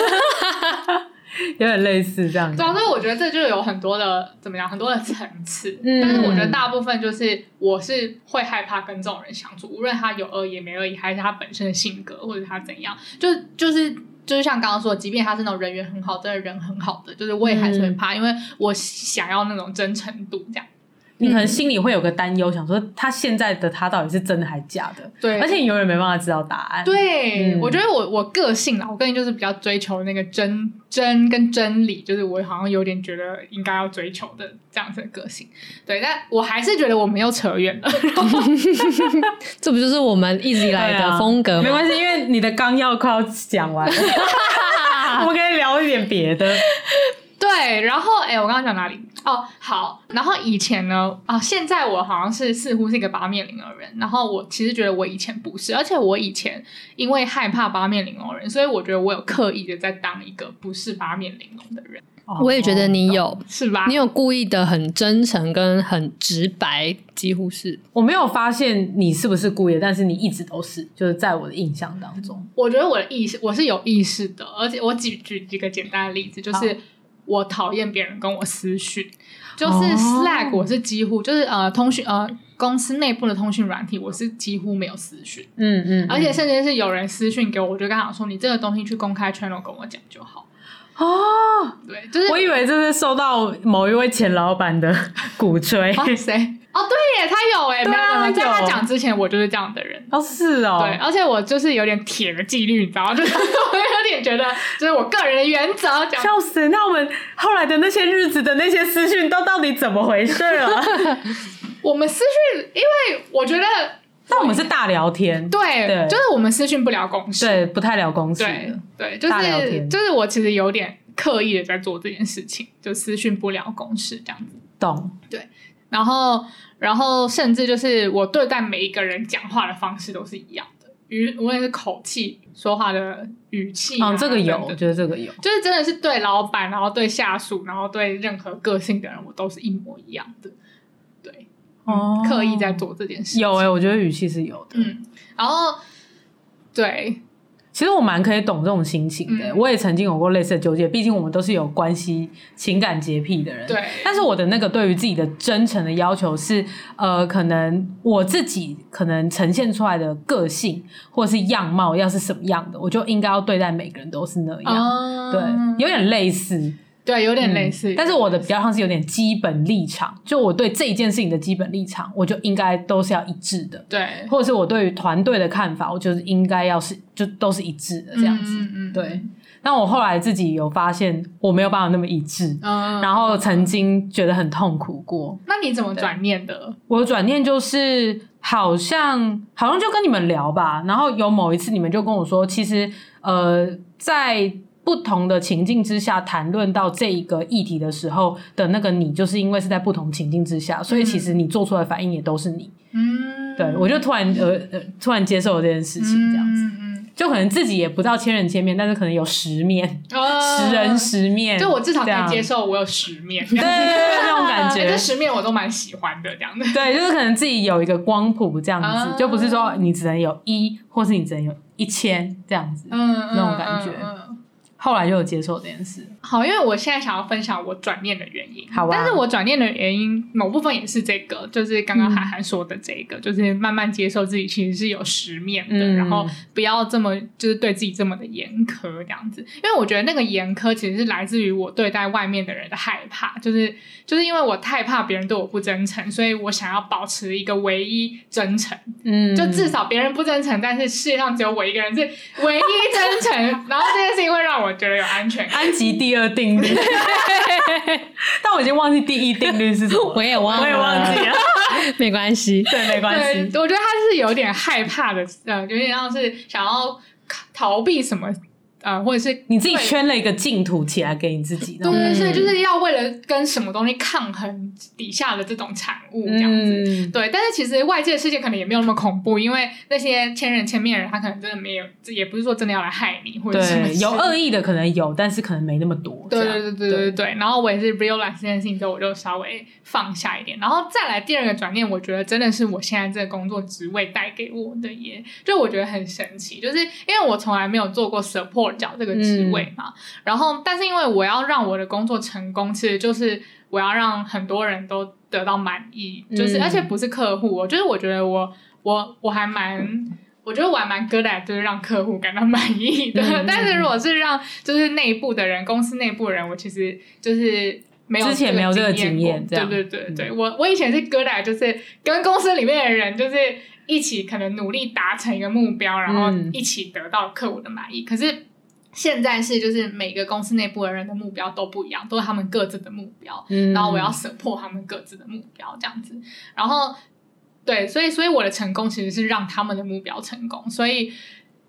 Speaker 6: 有点类似这样子
Speaker 2: 对。啊，所以我觉得这就有很多的怎么样，很多的层次。
Speaker 6: 嗯
Speaker 2: 但是我觉得大部分就是我是会害怕跟这种人相处，无论他有恶意没恶意，还是他本身的性格，或者他怎样，就就是。就是像刚刚说，即便他是那种人缘很好，真的人很好的，就是我也还是会怕，因为我想要那种真诚度，这样。
Speaker 6: 你
Speaker 2: 嗯
Speaker 6: 可能心里会有个担忧，想说他现在的他到底是真的还假的？
Speaker 2: 对
Speaker 6: 而且你永远没办法知道答案。，
Speaker 2: 对，
Speaker 6: 嗯
Speaker 2: 我觉得我我个性啦，我个性就是比较追求那个真真跟真理，就是我好像有点觉得应该要追求的这样子的个性。对，但我还是觉得我们又扯远了。
Speaker 8: 这不就是我们一直以来
Speaker 6: 对啊
Speaker 8: 的风格
Speaker 6: 没
Speaker 8: 吗？
Speaker 6: 关系，因为你的纲要快要 讲完了，我们可以聊一点别的。
Speaker 2: 对，然后哎、我刚刚讲哪里？哦，好，然后以前呢，啊，现在我好像是似乎是一个八面玲珑人，然后我其实觉得我以前不是，而且我以前因为害怕八面玲珑人，所以我觉得我有刻意的在当一个不是八面玲珑的人，
Speaker 8: 我也觉得
Speaker 6: 哦
Speaker 8: 你有，
Speaker 2: 是吧？
Speaker 8: 你有故意的很真诚跟很直白，几乎是
Speaker 6: 我没有发现你是不是故意的，但是你一直都是，就是在我的印象当中。
Speaker 2: 我觉得我的意识我是有意识的，而且我举举几个简单的例子，就是我讨厌别人跟我私讯，就是
Speaker 8: 哦
Speaker 2: Slack 我是几乎就是呃通讯呃公司内部的通讯软体，我是几乎没有私讯，
Speaker 6: 嗯嗯，
Speaker 2: 而且甚至是有人私讯给我，我就跟他讲说你这个东西去公开 channel 跟我讲就好。
Speaker 6: 哦，
Speaker 2: 对，就是
Speaker 6: 我以为这是受到某一位前老板的 鼓吹。
Speaker 2: 啊 谁哦对耶，他有哎，没
Speaker 6: 对
Speaker 2: 有没
Speaker 6: 啊
Speaker 2: 有没有，
Speaker 6: 他
Speaker 2: 在
Speaker 6: 有
Speaker 2: 他讲之前我就是这样的人。
Speaker 6: 哦，是哦，
Speaker 2: 对，而啊且我就是有点铁的纪律，你知道吗，就是 我有点觉得，就是我个人的原则讲
Speaker 6: 笑死！那我们后来的那些日子的那些私讯都到底怎么回事 啊？
Speaker 2: 我们私讯，因为我觉得
Speaker 6: 但我们是大聊天，
Speaker 2: 对，
Speaker 6: 对
Speaker 2: 就是我们私讯不聊公事，
Speaker 6: 对，不太聊公司。
Speaker 2: 对对，就
Speaker 6: 大聊
Speaker 2: 是
Speaker 6: 天
Speaker 2: 就是我其实有点刻意的在做这件事情，就私讯不聊公事这样子。
Speaker 6: 懂。
Speaker 2: 然后，然后甚至就是我对待每一个人讲话的方式都是一样的，语无论是口气、说话的语气、啊，
Speaker 6: 嗯，这个有，
Speaker 2: 等
Speaker 6: 我
Speaker 2: 等
Speaker 6: 觉得这个有。
Speaker 2: 就是真的是对老板，然后对下属，然后对任何个性的人，我都是一模一样的。对，嗯
Speaker 6: 哦
Speaker 2: 刻意在做这件事情。
Speaker 6: 有哎、我觉得语气是有的。
Speaker 2: 嗯，然后对，
Speaker 6: 其实我蛮可以懂这种心情的、
Speaker 2: 嗯
Speaker 6: 我也曾经有过类似的纠结，毕竟我们都是有关系、情感洁癖的人。
Speaker 2: 对
Speaker 6: 但是我的那个对于自己的真诚的要求是，呃，可能我自己可能呈现出来的个性或是样貌要是什么样的，我就应该要对待每个人都是那样。
Speaker 2: 啊
Speaker 6: 嗯对，有点类似，
Speaker 2: 对，有
Speaker 6: 有
Speaker 2: 点类似。
Speaker 6: 嗯但是我的比较像是有点基本立场，就我对这一件事情的基本立场，我就应该都是要一致的，
Speaker 2: 对
Speaker 6: 或者是我对于团队的看法，我就是应该要是就都是一致的这样子。
Speaker 2: 嗯嗯嗯
Speaker 6: 对，但我后来自己有发现，我没有办法那么一致，
Speaker 2: 嗯，
Speaker 6: 然后曾经觉得很痛苦过。
Speaker 2: 那你怎么转念的？
Speaker 6: 我的转念就是好像好像就跟你们聊吧，然后有某一次你们就跟我说，其实呃，在不同的情境之下谈论到这一个议题的时候的那个你，就是因为是在不同情境之下，所以其实你做出来的反应也都是你。
Speaker 2: 嗯，
Speaker 6: 对我就突然呃呃突然接受了这件事情，这样子，
Speaker 2: 嗯
Speaker 6: 就可能自己也不到千人千面，但是可能有十面，
Speaker 2: 嗯，呃
Speaker 6: 十人，十面，
Speaker 2: 就我至少可
Speaker 6: 这样
Speaker 2: 以接受我有十面，
Speaker 6: 对对 对对那种感
Speaker 2: 哎这
Speaker 6: 觉。
Speaker 2: 十面我都蛮喜欢的，这样的。
Speaker 6: 对，就是可能自己有一个光谱这样子，
Speaker 2: 啊
Speaker 6: 就不是说你只能有一，或是你只能有一千这样子。
Speaker 2: 嗯，
Speaker 6: 那种感觉
Speaker 2: 嗯嗯嗯
Speaker 6: 后来就有接受这件事，
Speaker 2: 好，因为我现在想要分享我转念的原因，
Speaker 6: 好啊
Speaker 2: 但是我转念的原因某部分也是这个，就是刚
Speaker 6: 嗯
Speaker 2: 刚涵涵说的这个，就是慢慢接受自己其实是有十面的，
Speaker 6: 嗯
Speaker 2: 然后不要这么就是对自己这么的严苛这样子，因为我觉得那个严苛其实是来自于我对待外面的人的害怕，就是就是因为我太怕别人对我不真诚，所以我想要保持一个唯一真诚，
Speaker 6: 嗯，
Speaker 2: 就至少别人不真诚，但是世界上只有我一个人是 唯一真诚， 然后这件事情会让我觉得有安全感。
Speaker 6: 安吉第二 定律，但我已经忘记第一定律是什么
Speaker 8: 我
Speaker 6: 了，
Speaker 8: 也忘了，啊
Speaker 6: 我也忘 记了，
Speaker 8: 没关系。
Speaker 6: 对，没关
Speaker 2: 对
Speaker 6: 系，，
Speaker 2: 我觉得他是有点害怕的，呃，有点像是想要逃避什么呃，或者是
Speaker 6: 你自己
Speaker 2: 对
Speaker 6: 圈了一个净土起来给你自己，
Speaker 2: 对，所以就是要为了跟什么东西抗衡底下的这种产物这样子。
Speaker 6: 嗯，
Speaker 2: 对，但是其实外界的世界可能也没有那么恐怖，因为那些千人千面人，他可能真的没有，这也不是说真的要来害你或者什么
Speaker 6: 对，有
Speaker 2: 之类
Speaker 6: 恶
Speaker 2: 的。
Speaker 6: 意的可能有，但是可能没那么多。
Speaker 2: 对
Speaker 6: 这样
Speaker 2: 对对对对对。然后我也是 realize 这件事情之后，我就稍微放下一点，然后再来第二个转念，我觉得真的是我现在这个工作职位带给我的耶，就我觉得很神奇，就是因为我从来没有做过 support 角这个职位嘛，然后但是因为我要让我的工作成功，其实就是我要让很多人都得到满意，就是、
Speaker 8: 嗯
Speaker 2: 而且不是客户，我就是我觉得我我我还蛮。我觉得我还蛮 good at 就是让客户感到满意
Speaker 6: 嗯
Speaker 2: 的，但是如果是让就是内部的人，公司内部的人，我其实就是没有
Speaker 6: 之前没有这个经验
Speaker 2: 过
Speaker 6: 这样嗯
Speaker 2: 对对对对，我我以前是 good at 就是跟公司里面的人就是一起可能努力达成一个目标，然后
Speaker 6: 嗯
Speaker 2: 一起得到客户的满意，可是。现在是就是每个公司内部的人的目标都不一样，都是他们各自的目标。
Speaker 6: 嗯
Speaker 2: 然后我要 support 他们各自的目标这样子，然后对，所以所以我的成功其实是让他们的目标成功，所以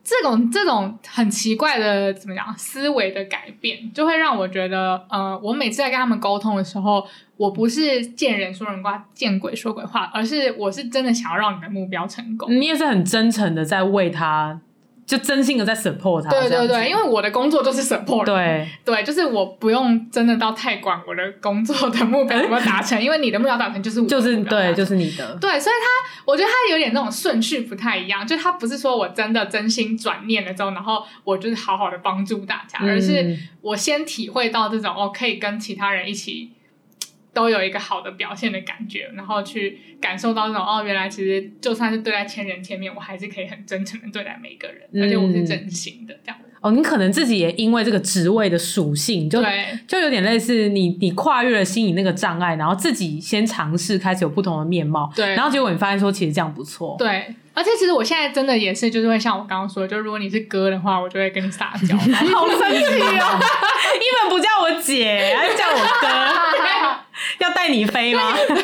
Speaker 2: 这种这种很奇怪的怎么讲思维的改变，就会让我觉得，呃，我每次在跟他们沟通的时候，我不是见人说人话，见鬼说鬼话，而是我是真的想要让你的目标成功。
Speaker 6: 你也是很真诚的在为他，就真心的在 support 他。
Speaker 2: 对
Speaker 6: 这样
Speaker 2: 对
Speaker 6: 子
Speaker 2: 对，因为我的工作就是 support，
Speaker 6: 对
Speaker 2: 对，就是我不用真的到太管我的工作的目标有没有达成，因为你的目标达成就是我的
Speaker 6: 就是
Speaker 2: 目标达
Speaker 6: 对
Speaker 2: 成
Speaker 6: 就是你的，
Speaker 2: 对，所以他，我觉得他有点那种顺序不太一样，就他不是说我真的真心转念了之后，然后我就是好好的帮助大家，而
Speaker 6: 嗯
Speaker 2: 是我先体会到这种哦，可以跟其他人一起都有一个好的表现的感觉，然后去感受到这种哦，原来其实就算是对待千人千面，我还是可以很真诚的对待每一个人，而且我是真心的这样。
Speaker 6: 哦，你可能自己也因为这个职位的属性，就
Speaker 2: 对
Speaker 6: 就有点类似你你跨越了心理那个障碍，然后自己先尝试开始有不同的面貌，
Speaker 2: 对
Speaker 6: 然后结果你发现说其实这样不错，
Speaker 2: 对，而且其实我现在真的也是，就是会像我刚刚说，就如果你是哥的话，我就会跟你撒娇， 好生气哦。
Speaker 6: 一本不叫我姐，还叫我 哥，要带你飞吗？带我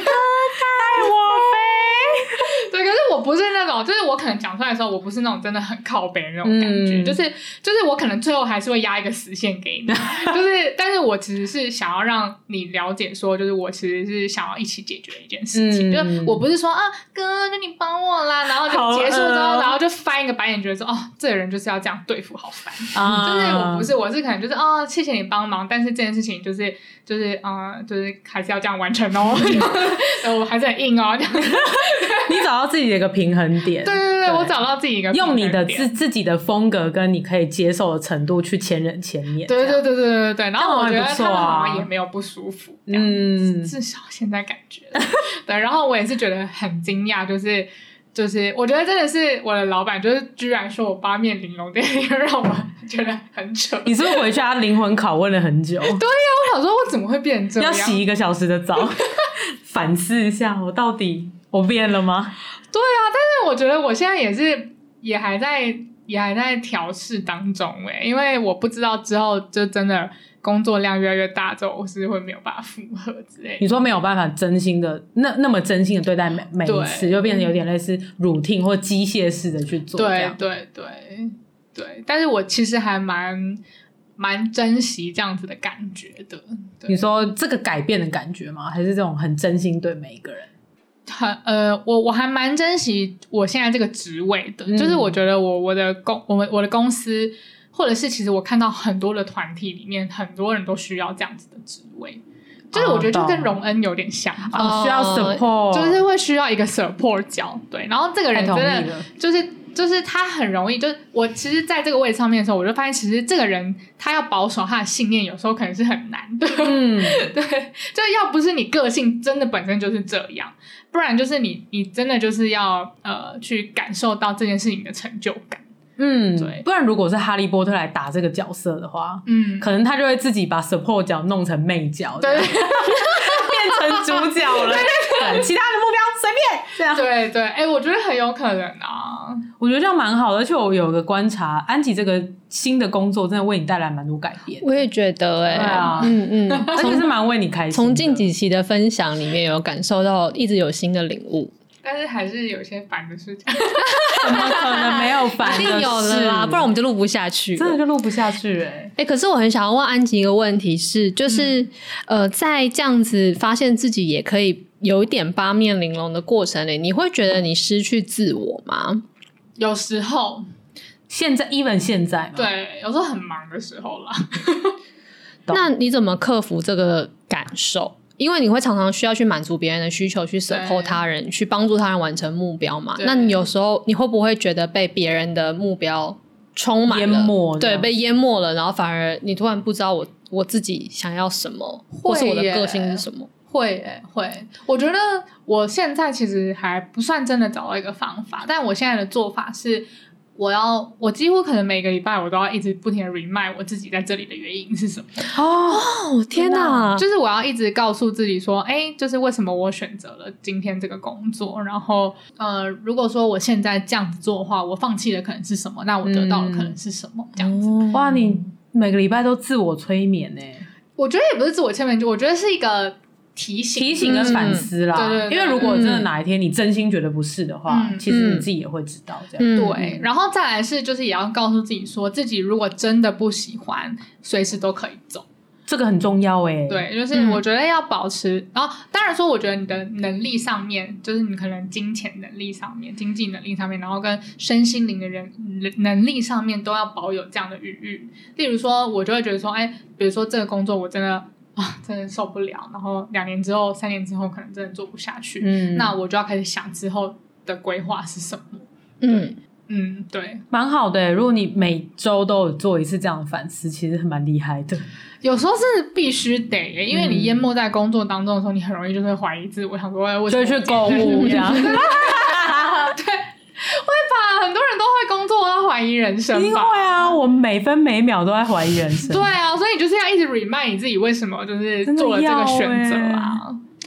Speaker 6: 飞，
Speaker 2: 对，可是我不是那种，就是我可能讲出来的时候，我不是那种真的很靠北那种感觉，
Speaker 6: 嗯
Speaker 2: 就是就是我可能最后还是会压一个死线 给你，就是但是我其实是想要让你了解说，就是我其实是想要一起解决一件事情，
Speaker 6: 嗯
Speaker 2: 就是我不是说啊哥，那你帮我啦，然后
Speaker 6: 好
Speaker 2: 就结束之后，
Speaker 6: 饿哦
Speaker 2: 然后就翻一个白眼，觉得说哦，这个人就是要这样对付，好烦。
Speaker 6: 啊
Speaker 2: 就是我不是，我是可能就是哦，谢谢你帮忙，但是这件事情就是就是啊、呃就是还是要这样完成哦， 对我还是很硬哦，这样
Speaker 6: 你找到自己的一个平衡点，
Speaker 2: 对对对，我找到自己一个
Speaker 6: 用你的
Speaker 2: 平衡
Speaker 6: 自
Speaker 2: 点。
Speaker 6: 自己的风格跟你可以接受的程度去前人前面，
Speaker 2: 对对对对对对对，然后我觉
Speaker 6: 这
Speaker 2: 得
Speaker 6: 样还不
Speaker 2: 他
Speaker 6: 错
Speaker 2: 们
Speaker 6: 啊
Speaker 2: 好像也没有不舒服，这样
Speaker 6: 嗯
Speaker 2: 至少现在感觉了。对，然后我也是觉得很惊讶，就是就是，我觉得真的是我的老板，就是居然说我八面玲珑，这件事让我觉得很扯。
Speaker 6: 你是不是回去他灵魂拷问了很久？
Speaker 2: 我想说，我怎么会变成这
Speaker 6: 要
Speaker 2: 样？
Speaker 6: 洗一个小时的 澡，反思一下，我到底我变了吗？
Speaker 2: 对啊，但是我觉得我现在也是，也还在，也还在调试当中哎、因为我不知道之后就真的工作量越来越大之后，我是会没有办法负荷之类的
Speaker 6: 你。说没有办法真心的那那么真心的对待每每一次，
Speaker 2: 对
Speaker 6: 就变成有点类似 routine 或机械式的去做这
Speaker 2: 对
Speaker 6: 样。
Speaker 2: 对对对，但是我其实还蛮蛮珍惜这样子的感觉的。对
Speaker 6: 你说这个改变的感觉吗？还是这种很真心对每一个人？
Speaker 2: 很呃，我我还蛮珍惜我现在这个职位的，
Speaker 6: 嗯
Speaker 2: 就是我觉得我我的公我们我的公司，或者是其实我看到很多的团体里面，很多人都需要这样子的职位，就是我觉得就跟
Speaker 6: 哦懂
Speaker 2: 荣恩有点像，
Speaker 6: 哦，需要 support，
Speaker 2: 呃就是会需要一个 support 角对，然后这个
Speaker 6: 太
Speaker 2: 人
Speaker 6: 同
Speaker 2: 真
Speaker 6: 意
Speaker 2: 的
Speaker 6: 了。
Speaker 2: 就是就是他很容易，就是我其实在这个位置上面的时候，我就发现其实这个人他要保守他的信念，有时候可能是很难的。
Speaker 6: 嗯，
Speaker 2: 对，就要不是你个性真的本身就是这样，不然就是你你真的就是要呃去感受到这件事情的成就感。对
Speaker 6: 嗯，不然如果是哈利波特来打这个角色的话，
Speaker 2: 嗯，
Speaker 6: 可能他就会自己把 support 角弄成媚角，
Speaker 2: 对
Speaker 6: 变成主角了。对其他的目标随便这样。
Speaker 2: 对对，哎、我觉得很有可能啊。
Speaker 6: 我觉得这样蛮好的，而且我有个观察，安吉这个新的工作真的为你带来蛮多改变，
Speaker 8: 我也觉得、欸，
Speaker 6: 对啊
Speaker 8: 嗯嗯，
Speaker 6: 而且是蛮为你开心的。
Speaker 8: 从近几期的分享里面有感受到一直有新的领悟，
Speaker 2: 但是还是有些烦的事情。
Speaker 6: 怎么可能没有
Speaker 8: 一
Speaker 6: 烦
Speaker 8: 定
Speaker 6: 的
Speaker 8: 有了
Speaker 6: 事
Speaker 8: 啦，不然我们就录不下去了
Speaker 6: 真的就录不下去哎、
Speaker 8: 哎、可是我很想要问安吉一个问题是，就是、呃，在这样子发现自己也可以有一点八面玲珑的过程里，你会觉得你失去自我吗？
Speaker 2: 有时候，
Speaker 6: 现在 even 现在嘛，
Speaker 2: 对，有时候很忙的时候啦。
Speaker 6: 懂
Speaker 8: 那你怎么克服这个感受？因为你会常常需要去满足别人的需求，去 support
Speaker 2: 对
Speaker 8: 他人，去帮助他人完成目标嘛。
Speaker 2: 对
Speaker 8: 那你有时候你会不会觉得被别人的目标充满了
Speaker 6: 淹没这
Speaker 8: 对，
Speaker 6: 样
Speaker 8: 被淹没了，然后反而你突然不知道我我自己想要什么，或是我的
Speaker 2: 会耶
Speaker 8: 个性是什么？
Speaker 2: 会诶、会。我觉得我现在其实还不算真的找到一个方法，但我现在的做法是，我要我几乎可能每个礼拜我都要一直不停的 remind 我自己在这里的原因是什么，
Speaker 8: 哦天哪！
Speaker 2: 就是我要一直告诉自己说，哎，就是为什么我选择了今天这个工作，然后呃，如果说我现在这样子做的话，我放弃的可能是什么，那我得到的可能是什么，这样子。
Speaker 6: 哇，你每个礼拜都自我催眠哎、
Speaker 2: 我觉得也不是自我催眠，就我觉得是一个提醒，
Speaker 6: 提醒跟反思啦。
Speaker 2: 嗯对对对
Speaker 6: 因为如果真的哪一天你真心觉得不是的话，
Speaker 2: 嗯
Speaker 6: 其实你自己也会知道这样。
Speaker 8: 嗯
Speaker 2: 对，然后再来是，就是也要告诉自己说，自己如果真的不喜欢，随时都可以走。
Speaker 6: 这个很重要哎、，
Speaker 2: 对，
Speaker 8: 嗯
Speaker 2: 就是我觉得要保持。然后，当然说，我觉得你的能力上面，就是你可能金钱能力上面、经济能力上面，然后跟身心灵的人能能力上面，都要保有这样的余裕。例如说，我就会觉得说，哎，比如说这个工作我真的啊，真的受不了，然后两年之后、三年之后，可能真的做不下去，
Speaker 6: 嗯，
Speaker 2: 那我就要开始想之后的规划是什么。
Speaker 8: 嗯，
Speaker 2: 嗯，对。
Speaker 6: 蛮好的、欸。如果你每周都有做一次这样的反思，其实蛮厉害的。
Speaker 2: 有时候是必须得耶，因为你淹没在工作当中的时候，你很容易就是会怀疑自我，想说哎为什么
Speaker 6: 就会去购物这 样，
Speaker 2: 吧？很多人都会工作要怀疑人
Speaker 6: 一
Speaker 2: 生
Speaker 6: 定会
Speaker 2: 吧？
Speaker 6: 啊！我每分每秒都在怀疑人 生。
Speaker 2: 对，啊，所以你就是要一直 remind 你自己为什么就是做了这个选择啊。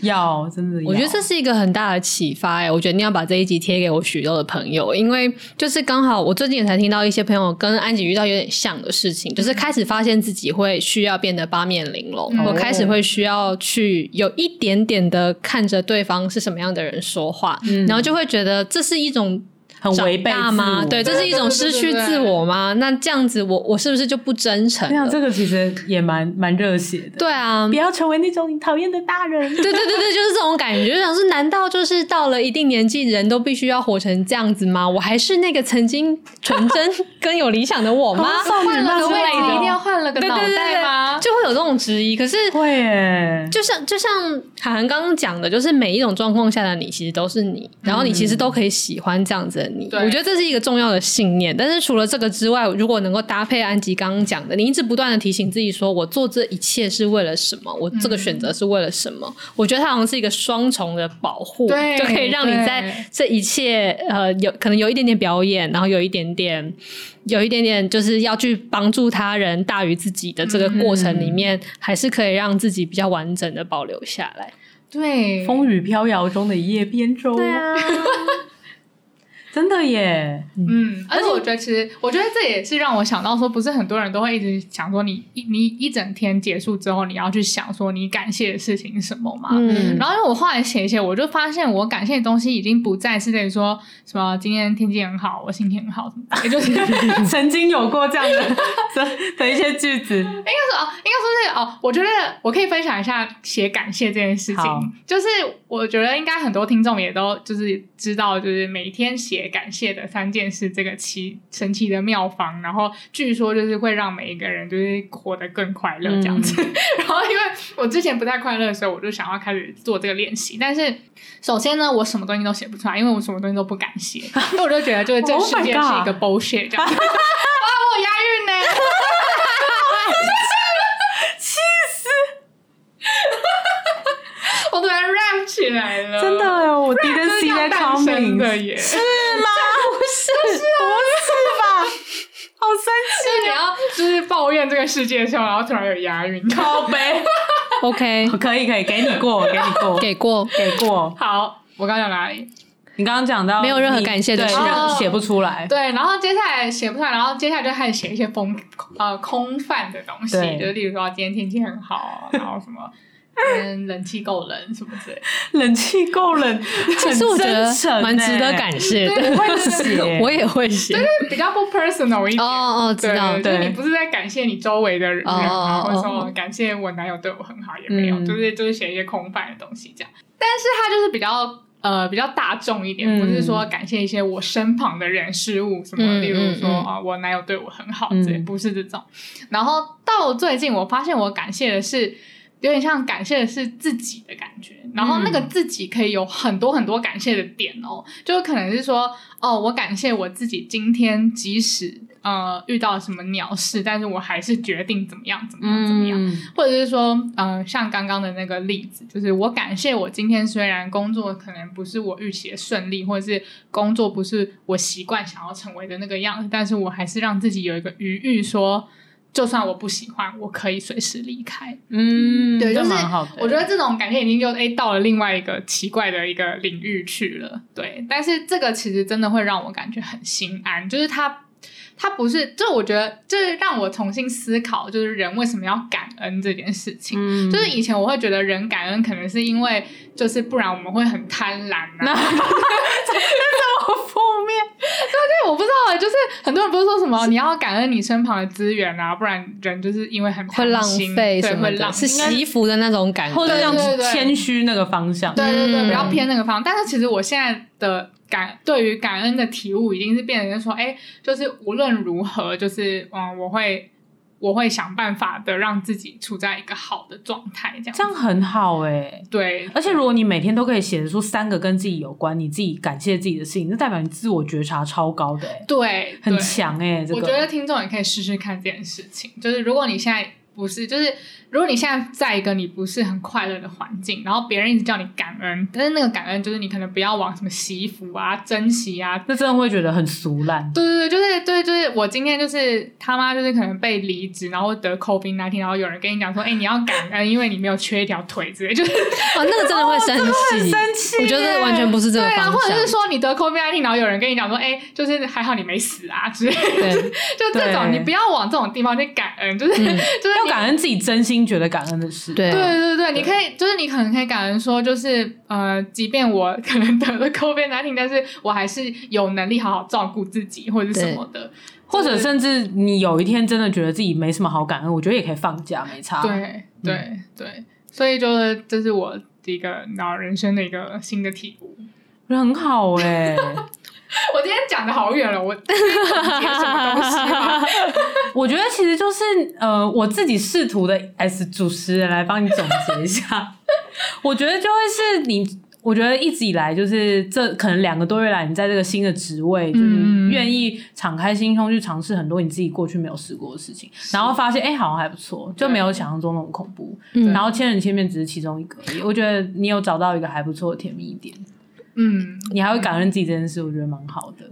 Speaker 6: 要真的要，
Speaker 8: 我觉得这是一个很大的启发哎、我决定要把这一集贴给我许多的朋友，因为就是刚好我最近也才听到一些朋友跟安吉遇到有点像的事情，
Speaker 6: 嗯
Speaker 8: 就是开始发现自己会需要变得八面玲珑，
Speaker 2: 嗯
Speaker 8: 我开始会需要去有一点点的看着对方是什么样的人说话，
Speaker 6: 嗯
Speaker 8: 然后就会觉得这是一种。
Speaker 6: 很违背
Speaker 8: 长大
Speaker 6: 自
Speaker 8: 吗？
Speaker 6: 我
Speaker 8: 对，这是一种失去自我吗？那这样子我，我是不是就不真诚
Speaker 6: 对啊，
Speaker 8: 了？
Speaker 6: 这个其实也蛮蛮热血的。
Speaker 8: 对啊，
Speaker 6: 不要成为那种你讨厌的大人。
Speaker 8: 对对对对，就是这种感觉。就想说，难道就是到了一定年纪，人都必须要活成这样子吗？我还是那个曾经纯真 跟有理想的我吗？
Speaker 2: 啊换了个位置，一定要换了个
Speaker 8: 对
Speaker 2: 哦脑
Speaker 8: 对对
Speaker 2: 袋吗
Speaker 8: 对，？就会有这种质疑。可是，
Speaker 6: 会耶，
Speaker 8: 就像就像韩寒刚刚讲的，就是每一种状况下的你，其实都是你，然后你其实都可以喜欢这样子的你。
Speaker 2: 嗯对
Speaker 8: 我觉得这是一个重要的信念。但是除了这个之外，如果能够搭配安吉刚刚讲的，你一直不断的提醒自己说，我做这一切是为了什么？我这个选择是为了什么？我觉得它好像是一个双重的保护，
Speaker 2: 嗯对
Speaker 8: 就可以让你在
Speaker 2: 对
Speaker 8: 这一切呃有可能有一点点表演，然后有一点点。有一点点就是要去帮助他人大于自己的
Speaker 2: 嗯
Speaker 8: 这个过程里面，还是可以让自己比较完整的保留下来。
Speaker 2: 对，
Speaker 6: 风雨飘摇中的一叶扁舟。对啊， 真的 耶，
Speaker 2: 嗯，而且我觉得，其实我觉得这也是让我想到说，不是很多人都会一直想说你，一你一整天结束之后，你要去想说你感谢的事情是什么嘛？
Speaker 8: 嗯
Speaker 2: 然后因为我后来写一写，我就发现我感谢的东西已经不再是在于说什么今天天气很好，我心情很好什么的，也就是应该说
Speaker 6: 曾经有过这样的 的的一些句子，
Speaker 2: 哦，应该说是哦，我觉得我可以分享一下写感谢这件事
Speaker 6: 好
Speaker 2: 情，就是我觉得应该很多听众也都就是知道，就是每天写感谢的三件事这个奇神奇的妙方，然后据说就是会让每一个人就是活得更快乐这样
Speaker 6: 嗯
Speaker 2: 子。 然后因为我之前不太快乐的时候，我就想要开始做这个练习，但是首先呢，我什么东西都写不出来，因为我什么东西都不敢写， 所以我就觉得就是这
Speaker 6: Oh my
Speaker 2: 世界是一个
Speaker 6: God
Speaker 2: bullshit 这样子。哇，我有押韵 呢！ 我突然 rap 起来了，
Speaker 6: 真的耶，我第一
Speaker 2: 这
Speaker 6: 呃个 C
Speaker 2: 是
Speaker 6: 在
Speaker 2: 在
Speaker 6: 超
Speaker 2: 诞生
Speaker 6: 明
Speaker 2: 的耶。
Speaker 6: 啊 好生
Speaker 2: 就是你要就是抱怨这个世界的时候，然后突然有押韵。
Speaker 6: 靠 背，
Speaker 8: ，OK，
Speaker 6: 哦可以可以，给你 过，给你过，
Speaker 8: 给过。
Speaker 6: 给过。
Speaker 2: 好，我刚讲哪里？
Speaker 6: 你刚刚讲到
Speaker 8: 没有任何
Speaker 6: 你
Speaker 8: 感谢的
Speaker 6: 对
Speaker 8: 事
Speaker 6: 让
Speaker 2: 哦
Speaker 6: 写不出来，
Speaker 2: 对，然后接下来写不出来，然后接下来就开始写一些风呃空泛的东西
Speaker 6: 对，
Speaker 2: 就是例如说今天天气很好，然后什么跟冷气够冷什么之类的。
Speaker 6: 冷气够冷，
Speaker 8: 其实我觉得蛮值
Speaker 6: 欸
Speaker 8: 得感谢的。
Speaker 2: 对，我会写，
Speaker 8: 我也会写
Speaker 2: 比较不 personal 一点。
Speaker 8: 哦哦，知
Speaker 2: 对
Speaker 8: 道，
Speaker 2: 就是
Speaker 6: 对
Speaker 2: 你不是在感谢你周围的人
Speaker 8: 哦
Speaker 2: 啊，
Speaker 8: 哦
Speaker 2: 或者
Speaker 8: 哦
Speaker 2: 说感谢我男友对我很好，也没有，
Speaker 6: 嗯
Speaker 2: 就是就是写一些空泛的东西这样。但是他就是比较呃比较大众一点，
Speaker 6: 嗯
Speaker 2: 不是说感谢一些我身旁的人事物什么，
Speaker 8: 嗯
Speaker 2: 例如说
Speaker 8: 嗯嗯
Speaker 2: 啊、我男友对我很好，
Speaker 6: 嗯
Speaker 2: 这、不是这种。然后到最近，我发现我感谢的是。有点像感谢的是自己的感觉，然后那个自己可以有很多很多感谢的点哦，就可能是说，哦，我感谢我自己今天即使呃遇到什么鸟事，但是我还是决定怎么样怎么样怎么
Speaker 6: 嗯
Speaker 2: 样，或者是说，呃，像刚刚的那个例子，就是我感谢我今天虽然工作可能不是我预期的顺利，或者是工作不是我习惯想要成为的那个样子，但是我还是让自己有一个余裕说。就算我不喜欢，我可以随时离开。
Speaker 6: 嗯，
Speaker 2: 对，就是
Speaker 6: 这蛮好的
Speaker 2: 我觉得这种感觉已经就诶到了另外一个奇怪的一个领域去了。对，但是这个其实真的会让我感觉很心安，就是它它不是，就我觉得这让我重新思考，就是人为什么要感恩这件事情。
Speaker 6: 嗯
Speaker 2: 就是以前我会觉得人感恩可能是因为，就是不然我们会很贪婪啊，
Speaker 6: 负面，
Speaker 2: 对，我不知道啊，就是很多人不是说什么你要感恩你身旁的资源啊，不然人就是因为很
Speaker 8: 会
Speaker 2: 贪
Speaker 8: 浪
Speaker 2: 心
Speaker 8: 费
Speaker 2: 对
Speaker 8: 什么
Speaker 2: 会
Speaker 8: 的，
Speaker 2: 浪
Speaker 8: 是
Speaker 2: 费
Speaker 8: 洗衣服的那种感
Speaker 6: 或者
Speaker 8: 觉。
Speaker 6: 让
Speaker 2: 对对对
Speaker 6: 谦虚那个方向，
Speaker 2: 对对对，
Speaker 8: 嗯
Speaker 2: 不要偏那个方向。但是其实我现在的感对于感恩的体悟，已经是变成说，哎，就是无论如何，就是嗯，我会我会想办法的让自己处在一个好的状态，这样
Speaker 6: 这样很好哎、
Speaker 2: 对。
Speaker 6: 而且如果你每天都可以写出三个跟自己有关、你自己感谢自己的事情，那代表你自我觉察超高的、欸，
Speaker 2: 对，
Speaker 6: 很
Speaker 2: 对
Speaker 6: 强哎、这个
Speaker 2: 我觉得听众也可以试试看这件事情，就是如果你现在不是，就是如果你现在在一个你不是很快乐的环境，然后别人一直叫你感恩，但是那个感恩就是你可能不要往什么惜福啊、珍惜啊
Speaker 6: 那真的会觉得很俗烂。
Speaker 2: 对对对，就是对，就是我今天就是他妈就是可能被离职，然后得 COVID 那天，然后有人跟你讲说，哎、你要感恩，因为你没有缺一条腿之类，就是
Speaker 8: 哦，那个真的会生气，我觉
Speaker 6: 欸
Speaker 8: 得完全不是这个
Speaker 2: 对啊，
Speaker 8: 方
Speaker 2: 或者是
Speaker 8: 向。
Speaker 2: 说你得 COVID 那天，然后有人跟你讲说，哎、就是还好你没死啊之类，
Speaker 8: 对，
Speaker 2: 就这种，你
Speaker 6: 对
Speaker 2: 不要往这种地方去感恩，就是、
Speaker 8: 嗯
Speaker 2: 就是
Speaker 6: 要
Speaker 2: 你
Speaker 6: 感恩自己真心觉得感恩的事。
Speaker 8: 对啊
Speaker 2: 对对对，你可以，就是你可能可以感恩说，就是呃，即便我可能得了 COVID 那天，但是我还是有能力好好照顾自己或者是什么的，
Speaker 6: 或者
Speaker 2: 就是
Speaker 6: 甚至你有一天真的觉得自己没什么好感恩，我觉得也可以放假，没差。，
Speaker 2: 对对对，所以就是这是我一个脑人生的一个新的体悟。
Speaker 6: 我觉得很好哎、
Speaker 2: 我今天讲的好远了，我 这是总结什么东西吗？
Speaker 6: 我觉得其实就是呃，我自己试图的 S 主持人来帮你总结一下， 我觉得就会是你。我觉得一直以来就是这可能两个多月来，你在这个新的职位，就是
Speaker 2: 嗯
Speaker 6: 愿意敞开心胸去尝试很多你自己过去没有试过的事情，然后发现哎、好像还不错，就没有想象中那么恐怖。
Speaker 8: 嗯
Speaker 6: 然后千人千面只是其中一个而已，我觉得你有找到一个还不错的甜蜜点，
Speaker 2: 嗯，
Speaker 6: 你还会感恩自己这件事，我觉得蛮好的。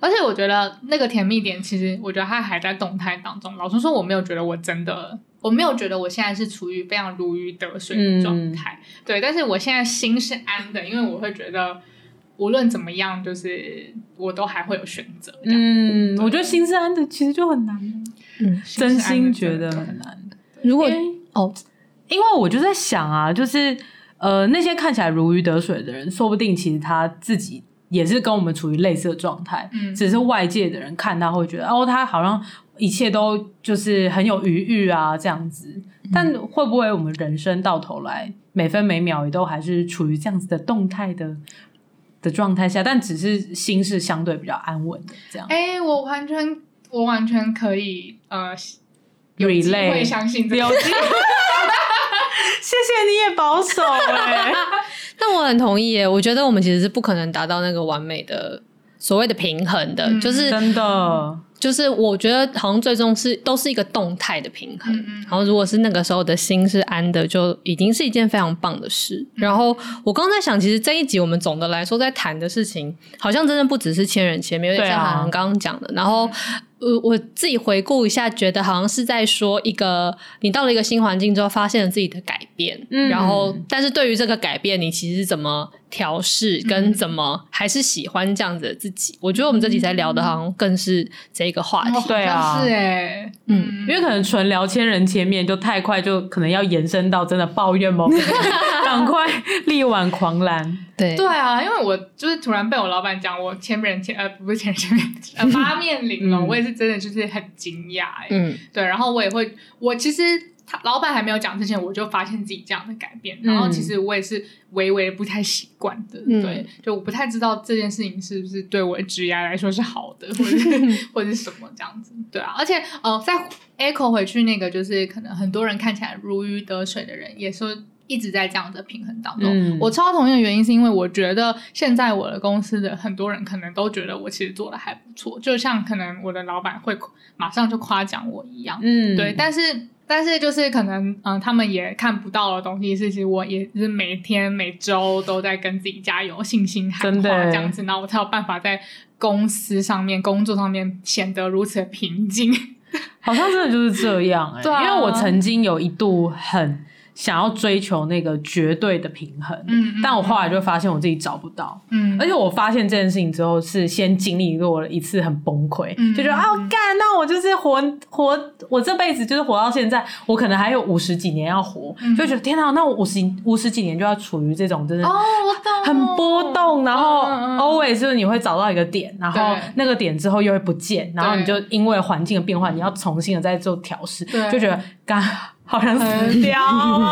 Speaker 2: 而且我觉得那个甜蜜点，其实我觉得它还在动态当中。老实说，我没有觉得我真的，我没有觉得我现在是处于非常如鱼得水的状态。对，但是我现在心是安的，因为我会觉得无论怎么样，就是我都还会有选择。这样
Speaker 6: 嗯，我觉得新安的其实就很难，
Speaker 2: 心是
Speaker 6: 真
Speaker 2: 安的嗯
Speaker 6: 心
Speaker 2: 真
Speaker 6: 觉
Speaker 2: 的
Speaker 6: 得
Speaker 2: 都
Speaker 6: 很
Speaker 2: 很
Speaker 6: 难。
Speaker 8: 如果
Speaker 6: 因为
Speaker 8: 哦，
Speaker 6: 因为我就在想啊，就是呃，那些看起来如鱼得水的人，说不定其实他自己也是跟我们处于类似的状态，
Speaker 2: 嗯
Speaker 6: 只是外界的人看他会觉得，哦，他好像一切都就是很有余裕啊，这样子。但会不会我们人生到头来，每分每秒也都还是处于这样子的动态的的状态下？但只是心是相对比较安稳的，这样。
Speaker 2: 哎、我完全，我完全可以，呃，有机
Speaker 6: relay
Speaker 2: 会相信这个
Speaker 6: 有机 谢谢你也保守哎、
Speaker 8: 但我很同意耶，我觉得我们其实是不可能达到那个完美的所谓的平衡的，
Speaker 2: 嗯
Speaker 8: 就是
Speaker 6: 真的。
Speaker 8: 就是我觉得好像最终是都是一个动态的平衡。
Speaker 2: 嗯嗯
Speaker 8: 然后如果是那个时候的心是安的，就已经是一件非常棒的事。然后我刚刚在想，其实这一集我们总的来说在谈的事情，好像真的不只是千人千面，有点像
Speaker 6: 对啊
Speaker 8: 韩寒刚刚讲的。然后呃，我自己回顾一下，觉得好像是在说一个你到
Speaker 6: 嗯
Speaker 8: 了一个新环境之后，发现了自己的改变，然后但是对于这个改变，你其实是怎么调试，
Speaker 6: 嗯
Speaker 8: 跟怎么还是喜欢这样子的自己。我觉得我们这集才聊的，
Speaker 6: 嗯
Speaker 8: 好像更是这一个话题。
Speaker 6: 对啊
Speaker 2: 像是哎，
Speaker 8: 嗯
Speaker 6: 因为可能纯聊千人千面就太快，就可能要延伸到真的抱怨某个 人，赶快力挽狂澜。
Speaker 8: 对
Speaker 2: 对啊，因为我就是突然被我老板讲我千面千呃不是千人千面 呃八面玲珑，
Speaker 6: 嗯
Speaker 2: 我也是真的就是很惊讶哎，
Speaker 8: 嗯
Speaker 2: 对，然后我也会，我其实他老板还没有讲之前，我就发现自己这样的改变，然后其实我也是微微不太习惯的，
Speaker 8: 嗯
Speaker 2: 对，就我不太知道这件事情是不是对我的职业来说是好的，或者是或者是什么这样子，对啊，而且呃，在 echo 回去那个就是可能很多人看起来如鱼得水的人，也是一直在这样的平衡当中，
Speaker 6: 嗯
Speaker 2: 哦我超同意的原因是因为我觉得现在我的公司的很多人可能都觉得我其实做的还不错，就像可能我的老板会马上就夸奖我一样，
Speaker 6: 嗯
Speaker 2: 对，但是但是就是可能嗯、呃他们也看不到的东西是，其实我也是每天每周都在跟自己加油，信心喊
Speaker 6: 真
Speaker 2: 话
Speaker 6: 的欸
Speaker 2: 这样子，然后我才有办法在公司上面、工作上面显得如此的平静。
Speaker 6: 好像真的就是这样哎、
Speaker 2: 对啊
Speaker 6: 因为我曾经有一度很想要追求那个绝对的平衡，
Speaker 2: 嗯嗯
Speaker 6: 但我后来就发现我自己找不到。
Speaker 2: 嗯
Speaker 6: 而且我发现这件事情之后，是先经历过了一次很崩溃，
Speaker 2: 嗯
Speaker 6: 就觉得啊，
Speaker 2: 嗯
Speaker 6: 干，那我就是活活，我这辈子就是活到现在，我可能还有五十几年要活，
Speaker 2: 嗯
Speaker 6: 就觉得天哪，那我五十五十几年就要处于这种真的。
Speaker 2: 哦，我懂，
Speaker 6: 很波动，然后
Speaker 2: 嗯嗯嗯
Speaker 6: always 就是你会找到一个点，然后
Speaker 2: 对
Speaker 6: 那个点之后又会不见，然后你就因为环境的变化，你要重新的再做调试，
Speaker 2: 对
Speaker 6: 就觉得干好想死 掉哦。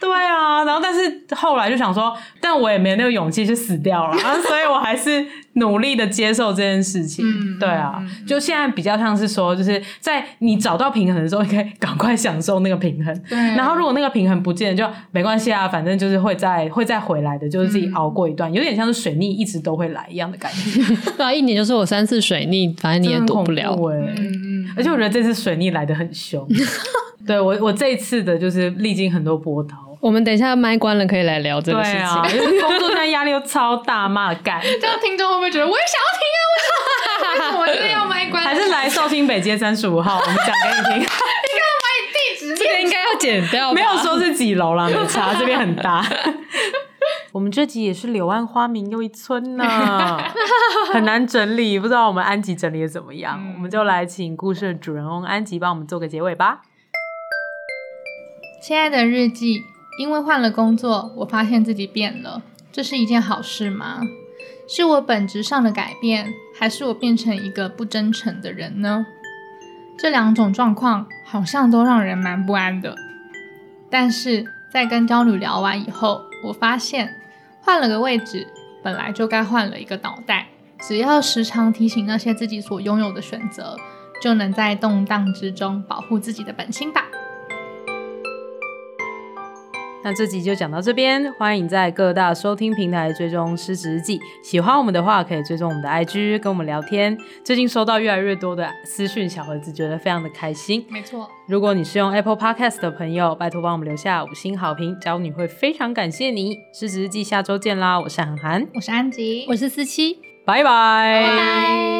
Speaker 6: 对啊，然后但是后来就想说，但我也没那个勇气去死掉 了，然后所以我还是努力的接受这件事情。
Speaker 2: 嗯
Speaker 6: 对啊
Speaker 2: 嗯嗯，
Speaker 6: 就现在比较像是说，就是在你找到平衡的时候，应该赶快享受那个平衡。
Speaker 2: 对，
Speaker 6: 然
Speaker 2: 然
Speaker 6: 后如果那个平衡不见，就没关系啊，反正就是会再会再回来的，就是自己熬过一段，有点像是水逆一直都会来一样的感觉，
Speaker 8: 对啊，一年就是我三次水逆，反 正你也躲不了。
Speaker 6: 哎、
Speaker 2: 嗯嗯，
Speaker 6: 而且我觉得这次水逆来的很凶，对我我这一次的就是历经很多波涛。
Speaker 8: 我们等一下麦关了，可以来聊这
Speaker 6: 对
Speaker 8: 个事情。
Speaker 6: 啊，就是工作现在压力又超大，妈的干！
Speaker 2: 这样听众会不会觉得我也想要听啊？为什么为什么真的要卖关？
Speaker 6: 还 是来绍兴北街三十五号，我们讲给你听。
Speaker 2: 地址
Speaker 8: 这个应该要剪掉吧，
Speaker 6: 没有说是几楼啦，没差，这边很大。我们这集也是柳暗花明又一村呢，很难整理，不知道我们安吉整理的怎么样。
Speaker 2: 嗯
Speaker 6: 我们就来请故事的主人翁安吉帮我们做个结尾吧。
Speaker 2: 亲爱的日记，因为换了工作，我发现自己变了，这是一件好事吗？是我本质上的改变，还是我变成一个不真诚的人呢？这两种状况好像都让人蛮不安的。但是在跟焦虑聊完以后，我发现换了个位置，本来就该换了一个脑袋。只要时常提醒那些自己所拥有的选择，就能在动荡之中保护自己的本心吧。
Speaker 6: 那这集就讲到这边，欢迎在各大收听平台追踪《失职日记》。喜欢我们的话，可以追踪我们的 IG，跟我们聊天。最近收到越来越多的私讯小盒子，觉得非常的开心。
Speaker 2: 没错。
Speaker 6: 如果你是用 Apple Podcast 的朋友，拜托帮我们留下五星好评，娇女会非常感谢你。失职日记下周见啦，我是涵涵，
Speaker 2: 我是安吉，
Speaker 4: 我是思琪。
Speaker 6: 拜拜。
Speaker 2: 拜。